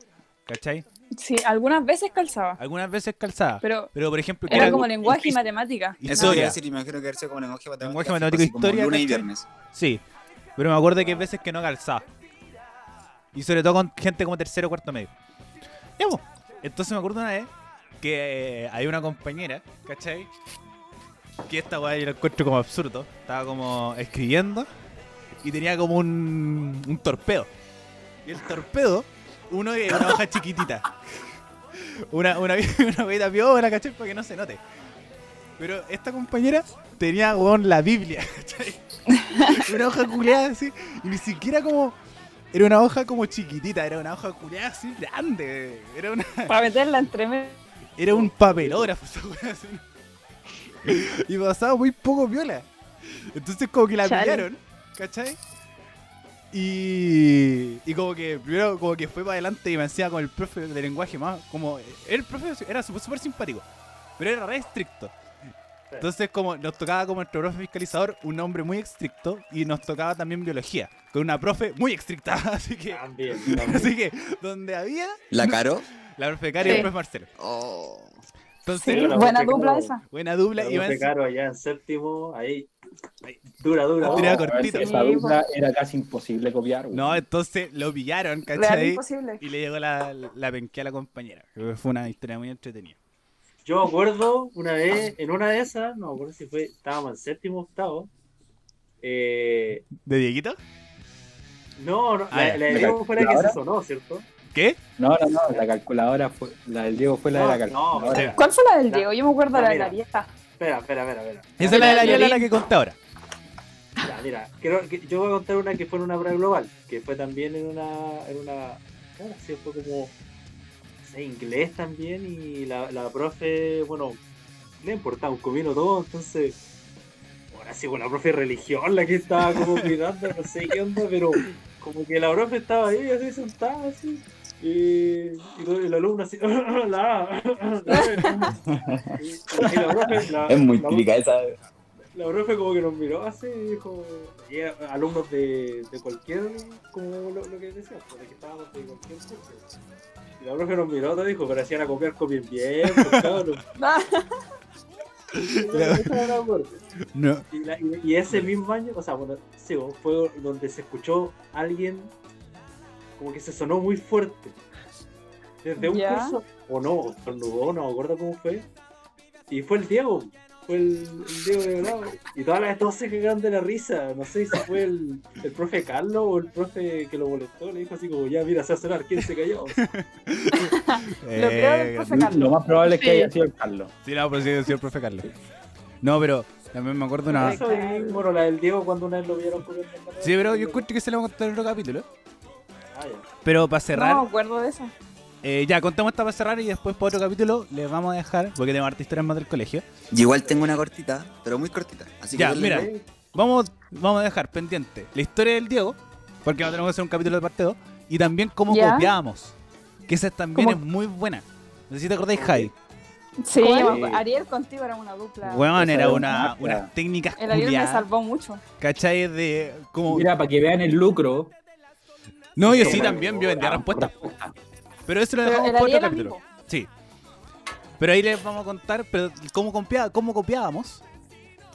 A: ¿cachai?
E: Sí, algunas veces calzaba.
A: Algunas veces calzaba, pero,
E: Pero
A: por ejemplo, que
E: era
A: era-
E: como lenguaje y matemática.
G: Eso voy a
A: Historia.
G: decir, imagino que haber sido como lenguaje matemático.
A: Lenguaje matemático,
G: así como
A: historia,
G: Lunes y
A: ¿cachai?
G: viernes.
A: Sí, pero me acuerdo que hay veces que no calzaba. Y sobre todo con gente como tercero o cuarto medio. Ya, po. Entonces me acuerdo una vez que eh, hay una compañera, ¿cachai? Que esta weá yo la encuentro como absurdo. Estaba como escribiendo y tenía como un, un torpedo. Y el torpedo, uno de una hoja chiquitita. Una, una, una hojita piola, ¿cachai? Para que no se note. Pero esta compañera tenía, weón, la Biblia, ¿cachai? Una hoja culeada así. Y ni siquiera como. Era una hoja como chiquitita, era una hoja culeada así grande. Era, una-
E: Para meterla entre medio.
A: era un papelógrafo esa wea, así. Y pasaba muy poco viola. Entonces como que la
C: Chale.
A: pillaron, ¿cachai? Y, y como que primero como que fue para adelante y me decía con el profe de lenguaje más como el profe era súper súper simpático, pero era re estricto. Entonces como nos tocaba como nuestro profe fiscalizador un hombre muy estricto y nos tocaba también biología con una profe muy estricta, así que
B: También,
A: así que donde había
G: ¿La caro?
A: la profe Caro y el
C: Sí.
A: profe Marcelo.
G: Oh.
A: Entonces,
E: Sí,
B: la
E: buena
B: profe
E: dupla
B: Caro.
E: esa.
A: buena dupla y
B: Pero
A: más
B: Profe
A: encima-
B: Caro allá en séptimo, ahí. ahí, Dura,
A: Oh,
B: dura. dura.
A: Tenía
D: weón,
A: cortito.
D: Esa
E: Sí,
D: dupla era casi imposible copiar. weón.
A: No, entonces lo pillaron,
E: Real
A: ¿cachai?
E: imposible.
A: Y le llegó la, la penquea a la compañera. que Fue una historia muy entretenida.
B: Yo me acuerdo una vez, en una de esas, no me acuerdo si fue, estábamos en séptimo octavo. Eh,
A: ¿De Dieguito?
B: no, no,
A: Ah,
B: la,
A: ya.
B: la de Diego fue la que se sonó, ¿cierto?
A: ¿Qué?
D: No, no, no, la calculadora fue, la del Diego fue la de
B: No, no,
D: la calculadora.
B: espera,
E: ¿Cuál fue la del
B: La-
E: Diego? Yo me acuerdo de la de
B: mira.
E: la vieja.
B: espera, espera, espera. espera.
A: Esa es la de la
E: la
A: Yola,
E: Yoli.
A: la que conté ahora.
B: Ya, mira, creo que- yo voy a contar una que fue en una prueba global, que fue también en una, en una, ¿qué habrá sido? Fue como, no sé, inglés también, y la, la profe, bueno, le importaba un comino todo, entonces, ahora sí, bueno, la profe de religión, la que estaba como mirando, no sé qué onda, pero como que la profe estaba ahí, así sentada, así, y, y todo- y el alumno así, la, la, y- y la profe, la-
G: Es muy
B: la-
G: típica esa.
B: La profe como que nos miró así y dijo, y era alumnos de, de cualquier, como lo, lo que decíamos, porque estábamos de cualquier curso. Y la profe nos miró y dijo, pero hacían a copiar, copien bien, pues, cabrón. Y no, eso no me acuerdo.
A: No.
B: Y, la- y- y ese mismo año, o sea, bueno, sí, bueno, fue donde se escuchó alguien como que se sonó muy fuerte. Desde un
E: Ya.
B: curso, o no, o estornudó, no me acuerdo cómo fue. Y fue el Diego, fue el, el Diego de Bravo. Y todas las todos se cagaron de la risa. No sé si fue el, el profe Carlos o el profe que lo molestó. Le dijo así como, ya mira, se va a sonar, ¿quién se cayó?
E: Lo creo del profe Carlos.
D: Lo más probable es que
C: Sí.
D: haya sido el Carlos.
A: eh, Sí, no, pero sí, sí, el profe Carlos. No, pero también me acuerdo una.
B: Eso y, bueno, la del Diego cuando una vez lo vieron por el
A: Sí, pero yo escucho que se lo vamos a contar en otro capítulo.
B: Ah, ya.
A: Pero para cerrar,
E: No me acuerdo de eso.
A: eh, ya contamos esta para cerrar y después para otro capítulo les vamos a dejar, porque tenemos harta historias más del colegio.
G: Yo igual tengo una cortita, pero muy cortita. Así que
A: Ya,
G: denle
A: mira,
G: nomás.
A: vamos, vamos a dejar pendiente la historia del Diego, porque ahora tenemos que hacer un capítulo de parte 2, y también cómo
E: Ya.
A: copiábamos, que esa también
E: ¿Cómo?
A: es muy buena. No sé si te acordáis, Jai.
E: Sí,
C: ¿Cuál?
E: yo me acuerdo. Ariel contigo era una dupla.
A: Weón,
D: esa
A: era
D: era
A: una,
D: una
A: unas técnicas
E: el Ariel me
A: culiadas,
E: salvó mucho.
A: ¿cachai? De como...
D: Mira, para que vean el lucro.
A: no, yo
B: Sí,
A: sí
B: me-
A: también, yo vendía respuestas. Pero eso lo
E: Pero
A: dejamos
E: el
A: para otro
E: Ariel
A: capítulo.
E: amigo.
A: Sí. Pero ahí les vamos a contar pero cómo, compia- cómo copiábamos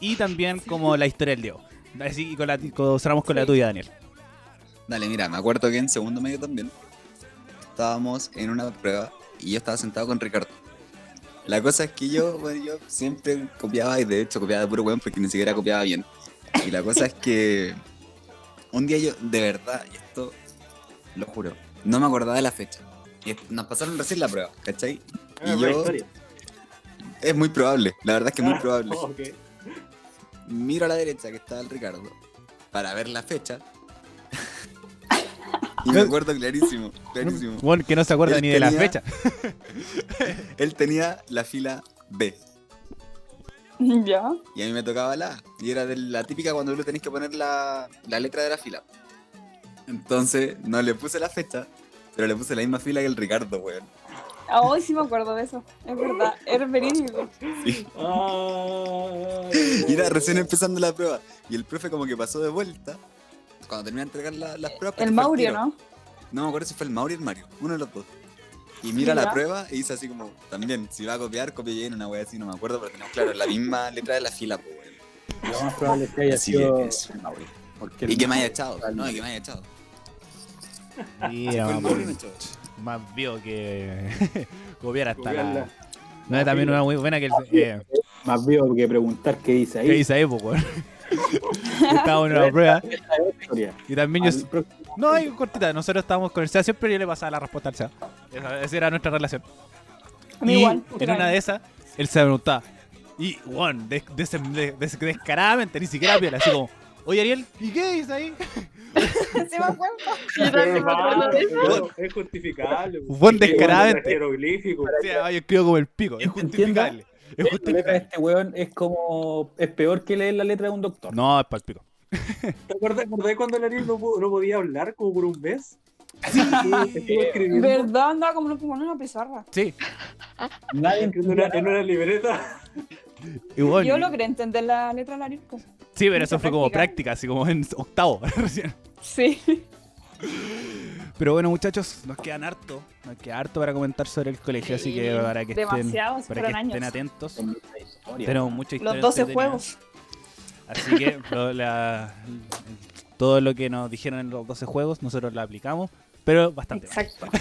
A: y también como la historia del Diego. Así que con la, con- cerramos con la tuya, Daniel.
G: Dale, mira, me acuerdo que en segundo medio también estábamos en una prueba y yo estaba sentado con Ricardo. La cosa es que yo, bueno, yo siempre copiaba y de hecho copiaba de puro weón porque ni siquiera copiaba bien. Y la cosa es que un día yo, de verdad, y esto lo juro, no me acordaba de la fecha. Y es- nos pasaron recién la prueba, ¿cachai?
B: Ah,
G: Y
B: buena
G: yo-
B: historia.
G: Es muy probable, la verdad es que es muy
B: Ah,
G: probable.
B: ok.
G: Miro a la derecha que estaba el Ricardo para ver la fecha. y me acuerdo clarísimo, clarísimo.
A: Bueno, que no se acuerda
G: Él
A: ni de la
G: tenía-
A: fecha.
G: Él tenía la fila B
E: Ya.
G: y a mí me tocaba la A. Y era de la típica cuando tú le tenés que poner la, la letra de la fila. Entonces no le puse la fecha, pero le puse la misma fila que el Ricardo, weón.
E: Ah, Hoy sí me acuerdo de eso. Es verdad. Era verídico.
B: Ay,
G: Y era recién empezando la prueba. Y el profe como que pasó de vuelta. Cuando terminó de entregar la- las pruebas.
E: El
G: fue al
E: Maurio,
G: tiro.
E: ¿no?
G: No me acuerdo si fue el Mauri o el Mario, uno de los dos. Y mira la
E: Ya.
G: prueba y dice así como, también, si va a copiar, copia bien, una wea así, no me acuerdo, pero tenemos claro, la misma letra de la fila, pues, weón.
D: Lo más probable es que haya
G: Así
D: sido
G: es.
D: el Mauri. Porque
G: Y
D: el-
G: que me haya echado, no, y que me haya echado.
A: Mira,
G: Fue el
A: mamá.
G: Mauri me echó.
A: más vio que copiar hasta
B: Copiarla.
A: la... No, es también una muy buena que el... eh,
D: Más veo que preguntar qué dice ahí.
A: que hice ahí, po, weón. Estábamos en una prueba
D: Esta es la historia.
A: y también yo...
D: Al próximo-
A: No, hay cortita, nosotros estábamos con el SEA siempre yo le pasaba la respuesta al SEA. Esa, esa era nuestra relación.
E: A mí
A: Y
E: igual.
A: en una de esas, él se preguntaba. Y, weón, des- des- des- des- descaradamente, ni siquiera piola, así como, oye Ariel, ¿y qué dices ahí?
E: Sí me acuerdo.
C: Yo también me acuerdo de eso.
B: Pero es justificable.
A: Buen descaradamente.
B: Es jeroglífico.
A: O sea, yo escribo como el pico, es
D: Que entienda,
A: justificable. Es
D: La letra de
A: justificable.
D: este weón es como. Es peor que leer la letra de un doctor.
A: No, es para el pico.
B: ¿Te acuerdas, te acordás cuando el Ariel no, po- no podía hablar como por un mes? Sí, estuvo escribiendo,
E: ¿Verdad? Andaba como un pulmón en una pizarra.
A: Sí,
D: Nadie
B: escribiendo una-
D: entiende
B: en una libreta.
A: y weón,
E: Yo logré entender la letra pues. de la arisco.
A: Sí, pero eso
E: mucha
A: fue como práctica,
E: práctica.
A: así como en octavo recién.
E: Sí.
A: Pero bueno, muchachos, nos quedan harto. Nos queda harto para comentar sobre el colegio, así que
E: Sí,
A: para que estén,
E: demasiados,
A: para que
E: fueron
A: estén
E: años.
A: atentos.
D: la historia.
A: Tenemos mucha historia.
E: Los 12
A: entretenida.
E: juegos.
A: Así que lo- la- todo lo que nos dijeron en los 12 juegos, nosotros lo aplicamos, pero bastante. mal.
E: Exacto.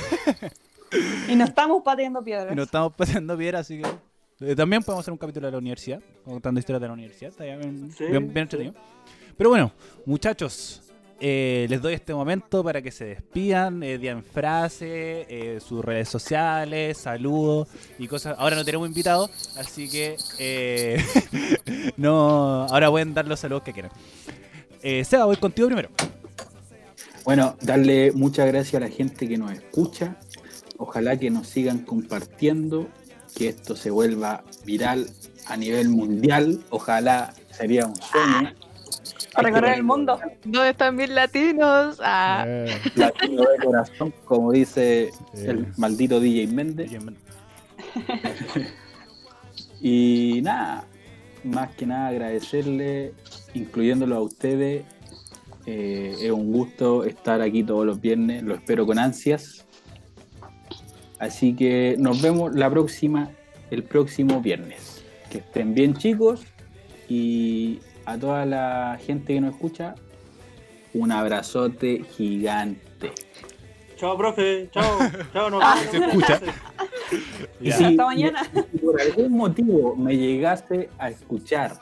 E: y no estamos pateando
A: Y
E: piedras.
A: nos estamos pasando piedra, así que eh, también podemos hacer un capítulo de la universidad, contando historias de la universidad. Estaría bien,
B: Sí,
A: bien- bien entretenido. Pero bueno, muchachos, eh, les doy este momento para que se despidan, eh, digan frase, eh, sus redes sociales, saludos y cosas. Ahora no tenemos invitados, así que eh, no, ahora pueden dar los saludos que quieran. Eh, Seba, voy contigo primero.
D: Bueno, darle muchas gracias a la gente que nos escucha. Ojalá que nos sigan compartiendo, que esto se vuelva viral a nivel mundial. Ojalá sería un sueño.
E: A recorrer el mundo.
C: ¿Dónde están mis latinos? Ah,
D: Latino de corazón, como dice
A: Sí.
D: el maldito DJ Méndez.
A: Bien, bien.
D: Y nada, más que nada agradecerle, incluyéndolo a ustedes. Eh, es un gusto estar aquí todos los viernes, lo espero con ansias. Así que nos vemos la próxima, el próximo viernes. Que estén bien chicos y a toda la gente que nos escucha, un abrazote gigante.
B: Chao, profe. Chao. Chao, no.
A: Ah. Se escucha.
D: Y
A: Ya.
D: si
E: Hasta mañana.
D: me- por algún motivo me llegaste a escuchar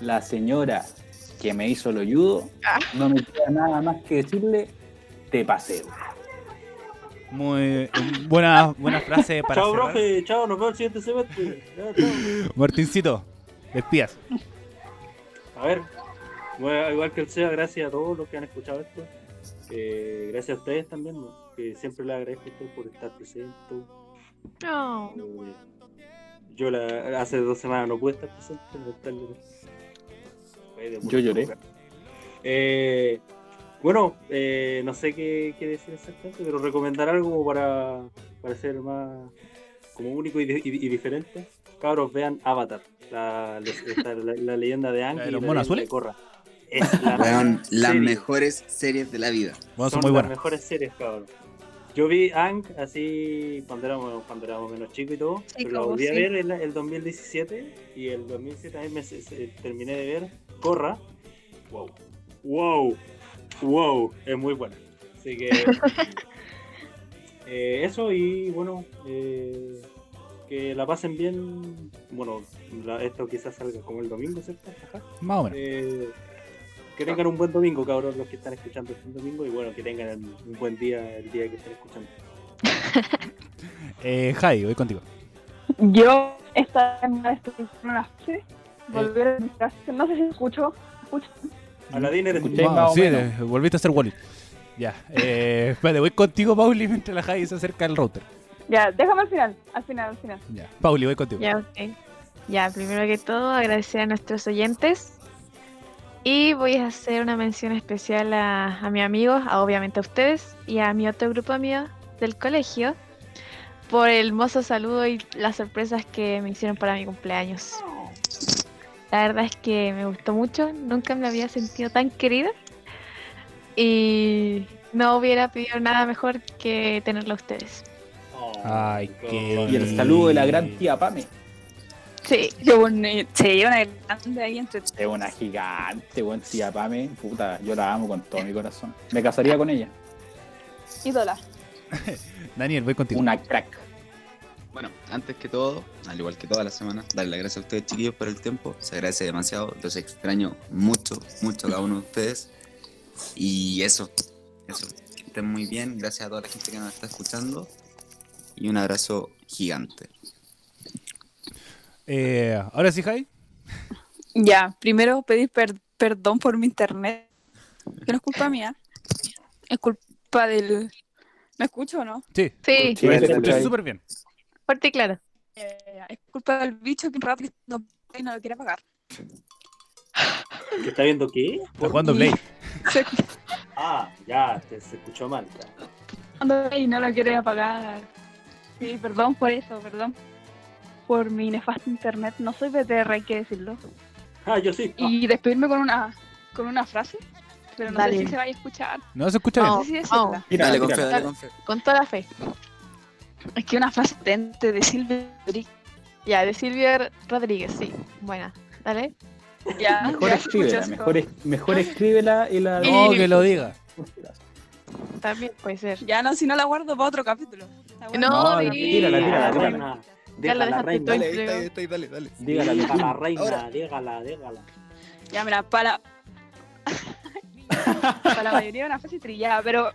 D: la señora que me hizo lo ayudo,
E: Ah.
D: no me queda nada más que decirle, te paseo.
A: Muy eh, buena, buena frase para
B: Chao,
A: cerrar.
B: profe. Chao, nos vemos el siguiente semestre. Ya, chao.
A: Martincito, despías.
B: A ver, bueno, igual que el SEA, gracias a todos los que han escuchado esto. Eh, gracias a ustedes también, ¿no? que siempre les agradezco a ustedes por estar presentes.
C: No.
B: Eh, Yo la, hace dos semanas no pude estar presente. no estar- fue de
D: Yo lloré.
B: Eh, bueno, eh, no sé qué, qué decir exactamente, pero recomendar algo como para, para ser más como único y, di- y- y diferente. Cabros, vean Avatar, la, les- esta- la- la leyenda de Ang
A: ¿La
B: y
A: de
B: la
A: los
B: leyenda
A: monos
B: de
A: azules?
B: Korra. Es la
G: Weón, las
B: serie.
G: mejores series de la vida.
A: Bueno,
B: son
A: son muy
B: las
A: buenas.
B: mejores series, cabrón. Yo vi Ang así cuando éramos, cuando éramos menos chicos y todo, pero la
C: como
B: volví a
C: sí.
B: ver en la- el 2017 y el 2017 también me se- se- terminé de ver Corra. Wow, wow, wow, es muy buena. Así que eh, eso y bueno, eh, que la pasen bien. Bueno, la- esto quizás salga como el domingo, ¿cierto? Ajá.
A: Más o menos.
B: Eh, que tengan un buen domingo, cabrón, los que están escuchando este domingo. Y bueno, que tengan el- un buen día el día que estén escuchando.
A: Eh, Jai, voy contigo.
E: Yo esta vez me estoy en una
A: Eh.
E: frase, volver a mi clase. No sé si escucho. escucho.
B: Aladín, eres tú.
D: Mm, Escuché.
A: Wow,
D: más o
A: sí,
D: menos.
A: eh, volviste a ser Wally. Ya. Eh, vale, voy contigo, Pauli, mientras la Jai se acerca al router.
E: Ya, déjame al final, al final, al final.
A: Ya. Pauli, voy contigo.
C: Ya, ok. Ya, primero que todo, agradecer a nuestros oyentes. Y voy a hacer una mención especial a, a mis amigos, a, obviamente a ustedes, y a mi otro grupo mío del colegio, por el hermoso saludo y las sorpresas que me hicieron para mi cumpleaños. La verdad es que me gustó mucho, nunca me había sentido tan querida. Y no hubiera pedido nada mejor que tenerlo a ustedes.
B: Oh,
A: Ay, qué-
D: Y el saludo de la gran tía Pame.
C: Sí,
E: Qué bonito. Sí, una grande ahí entre
D: Es una gigante, buen tía Pame. Puta, yo la amo con todo mi corazón. Me casaría con ella.
E: ídola.
A: Daniel, voy contigo.
D: Una crack.
G: Bueno, antes que todo, al igual que todas las semanas, darle las gracias a ustedes, chiquillos, por el tiempo. Se agradece demasiado. Los extraño mucho, mucho a cada uno de ustedes. Y eso, eso. Que estén muy bien. Gracias a toda la gente que nos está escuchando. Y un abrazo gigante.
A: Eh, Ahora sí, Jai.
E: Ya, primero pedir per- perdón por mi internet. Que no es culpa mía. Es culpa del. ¿Me escucho o no?
A: Sí. Te
C: sí,
D: Sí, te
A: escuché
D: escucho.
A: súper bien.
C: fuerte y claro.
E: Eh, es culpa del bicho que un rato no, y no lo quiere pagar.
B: ¿Que está viendo qué?
A: Está jugando Play.
E: Se
B: Ah, ya, te, se escuchó mal. ya.
E: cuando- y no lo quiere apagar. Sí, perdón por eso, perdón. Por mi nefasto internet. No soy BTR, hay que decirlo.
C: Oh.
B: Ah, yo sí.
E: Y despedirme con una, con una frase. Pero no
C: Dale.
E: sé si se vaya a escuchar.
A: No se escucha
E: No
A: bien.
C: Oh,
E: sé si decirla.
C: oh,
D: Tírala,
G: dale, con fe,
D: tírala.
G: dale, con fe.
C: con toda la fe.
E: Es que una frase potente de Silvia Rodríguez.
C: Ya, de Silvia Rodríguez, sí. Buena, dale.
E: Ya,
D: Mejor
E: ya
D: escríbela,
E: escucho
D: mejor, es- mejor escríbela y la...
A: No, que lo diga.
C: También puede ser.
E: eso. Ya no, si no la guardo para otro capítulo. La guardo
C: No,
E: para
D: No,
E: otro
C: sí.
D: tírala, tírala,
B: Deja
D: tírala.
B: la
C: Ya la dejaste
B: reina.
C: todo
B: Dale,
C: en frío.
G: dale, dale.
D: Dígala,
B: Deja la
D: Lujín.
B: reina,
G: Ahora.
B: dégala, dégala.
E: capítulo. Ya, mira, para. para la mayoría una frase trillada, pero,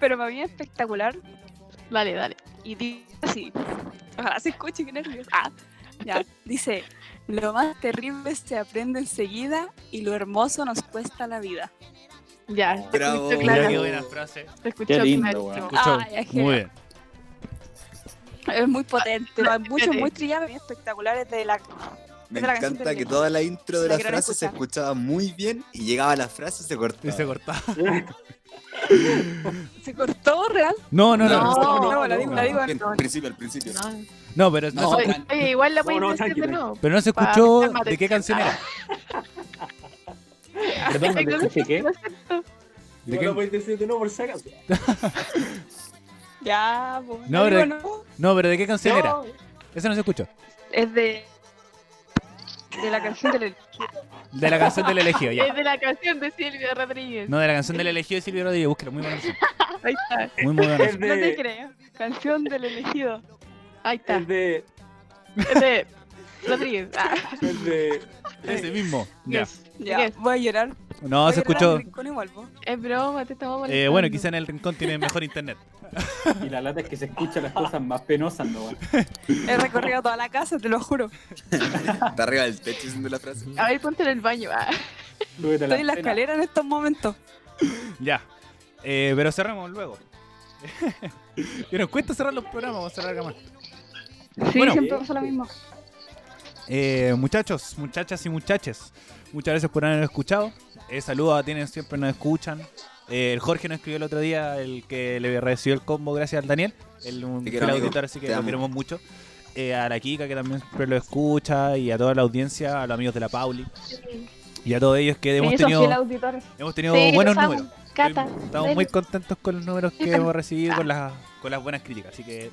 E: pero para mí es espectacular.
C: Dale, dale.
E: Y dice así. Ojalá se escuche, que nervios. Ah, ya. Dice: Lo más terrible se aprende enseguida y lo hermoso nos cuesta la vida.
C: Ya, te
G: Bravo.
C: escucho
A: Mira
G: Claro.
A: qué
C: claro.
A: buena frase.
C: Te escucho
D: Qué lindo,
C: clarísimo.
D: weón.
A: Escuchó.
E: Ay, es que-
A: Muy bien.
E: Es muy potente,
C: Ah,
E: hay muchos
C: espérate.
E: muy trillados y espectaculares de la
G: Me
E: Esa es la canción
G: encanta que
E: perfecta.
G: toda la intro de
E: La
G: la
E: quiero
G: frase se
E: escuchar.
G: escuchaba muy bien y llegaba la frase y se
A: Y
G: cortaba.
A: se cortaba.
E: ¿Se cortó real?
A: No, no, no.
E: No,
A: No,
E: no, la digo, la digo.
G: Al
E: no.
G: principio, al principio.
A: no, pero no,
G: No,
A: se-
G: man.
C: Oye, igual la
B: No,
C: puedes
B: no,
C: decir de
B: tranquilo.
C: nuevo.
A: pero no se
C: Pa,
A: escuchó
C: calmate.
A: de qué canción era.
D: Perdón, no te dije qué.
B: ¿De
A: qué?
B: No lo podéis decir de nuevo por si acaso.
E: Ya, pues.
A: No,
E: No,
A: pero-
E: digo, no.
A: No, pero de qué canción era.
B: No,
A: Esa no se escuchó.
C: Es de. De la canción del,
A: De la canción del elegido, ya.
C: es de la canción de Silvio Rodríguez.
A: No, de la canción del elegido de Silvio Rodríguez. Búsquela, muy buena canción.
C: Ahí está.
A: Muy, muy buena canción.
B: es de,
E: No te creo. Canción del elegido.
C: Ahí está.
B: es de,
C: Es de Rodríguez. Ah,
B: es de,
A: Ese mismo. Ya.
C: yes.
E: Ya,
C: Yes.
E: voy a llorar.
A: No, se escuchó.
C: Es broma, te estamos molestando.
A: Eh, bueno, quizá en el rincón tiene mejor internet.
D: Y la lata es que se escuchan las cosas más penosas, ¿no? weón?
E: He recorrido toda la casa, te lo juro.
G: Está arriba del techo diciendo la frase.
C: A ver, ponte en el baño. ah.
D: Súbete a
E: Estoy en
D: antena.
E: la escalera en estos momentos.
A: Ya. Eh, pero cerramos luego. Yo nos cuesta cerrar los programas, vamos a cerrar acá más.
C: Sí,
A: Bueno.
C: siempre pasa lo mismo.
A: Eh, muchachos, muchachas y muchaches, muchas gracias por habernos escuchado. Eh, saludos a quienes siempre nos escuchan. Eh, el Jorge nos escribió el otro día, el que le recibió el combo, gracias al Daniel, el, un fiel
G: Te quiero, amigo.
A: auditor, así que
G: Te
A: lo
G: amo.
A: queremos mucho. Eh, a la Kika, que también siempre lo escucha, y a toda la audiencia, a los amigos de la Pauli, y a todos ellos que
E: eh,
A: hemos tenido,
C: auditores.
A: hemos tenido buenos números.
C: Cata.
A: Estamos muy contentos con los números que hemos recibido y con las, con las buenas críticas. Así que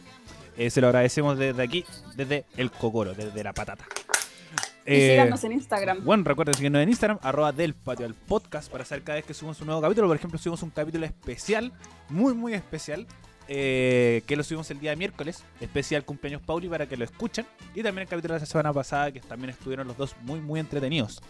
A: eh, se lo agradecemos desde aquí, desde el cocoro, desde la patata.
E: Y
A: Eh,
E: síganos en Instagram.
A: bueno, recuerden seguirnos en Instagram, arroba del patio al podcast, para saber cada vez que subimos un nuevo capítulo. Por ejemplo, subimos un capítulo especial, muy, muy especial, eh, que lo subimos el día de miércoles, especial cumpleaños Pauli, para que lo escuchen. Y también el capítulo de la semana pasada, que también estuvieron los dos muy, muy entretenidos.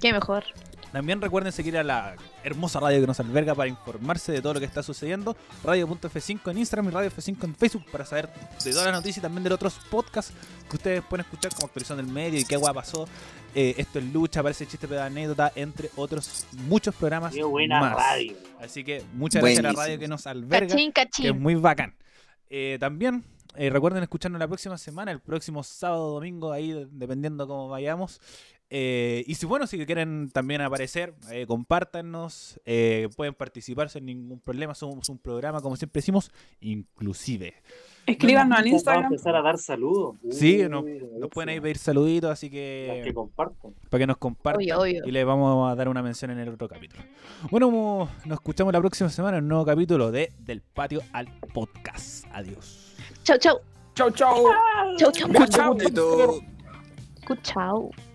C: Qué mejor.
A: También recuerden seguir a la hermosa radio que nos alberga para informarse de todo lo que está sucediendo. Radio.f5 en Instagram y Radio F5 en Facebook para saber de todas las noticias y también de los otros podcasts que ustedes pueden escuchar como actualización del medio y qué agua pasó. Eh, esto es lucha, parece chiste pero anécdota, entre otros muchos programas.
B: qué buena
A: más.
B: radio.
A: Así que muchas gracias a la
G: Buenísimo.
A: radio que nos alberga
C: Cachín,
A: que es
C: cachín.
A: muy bacán. Eh, también eh, recuerden escucharnos la próxima semana, el próximo sábado, domingo, ahí de- dependiendo cómo vayamos. Eh, y si bueno, si quieren también aparecer, eh, compártanos, eh, pueden participar sin ningún problema. Somos un programa, como siempre decimos, inclusive.
E: Escríbanos al
B: Vamos a
E: Instagram.
B: empezar a dar saludos.
A: Sí,
B: Uy,
A: no-
B: buenísimo.
A: Nos pueden ahí pedir saluditos, así
B: Las que
A: que
B: compartan.
A: para que nos compartan.
C: Obvio, obvio.
A: Y les vamos a dar una mención en el otro capítulo. Bueno, mo- nos escuchamos la próxima semana en un nuevo capítulo de Del Patio al Podcast. Adiós.
C: Chau, chau.
D: Chau, chau.
C: Chau, chau.
G: Bonito.
C: Chau, chau.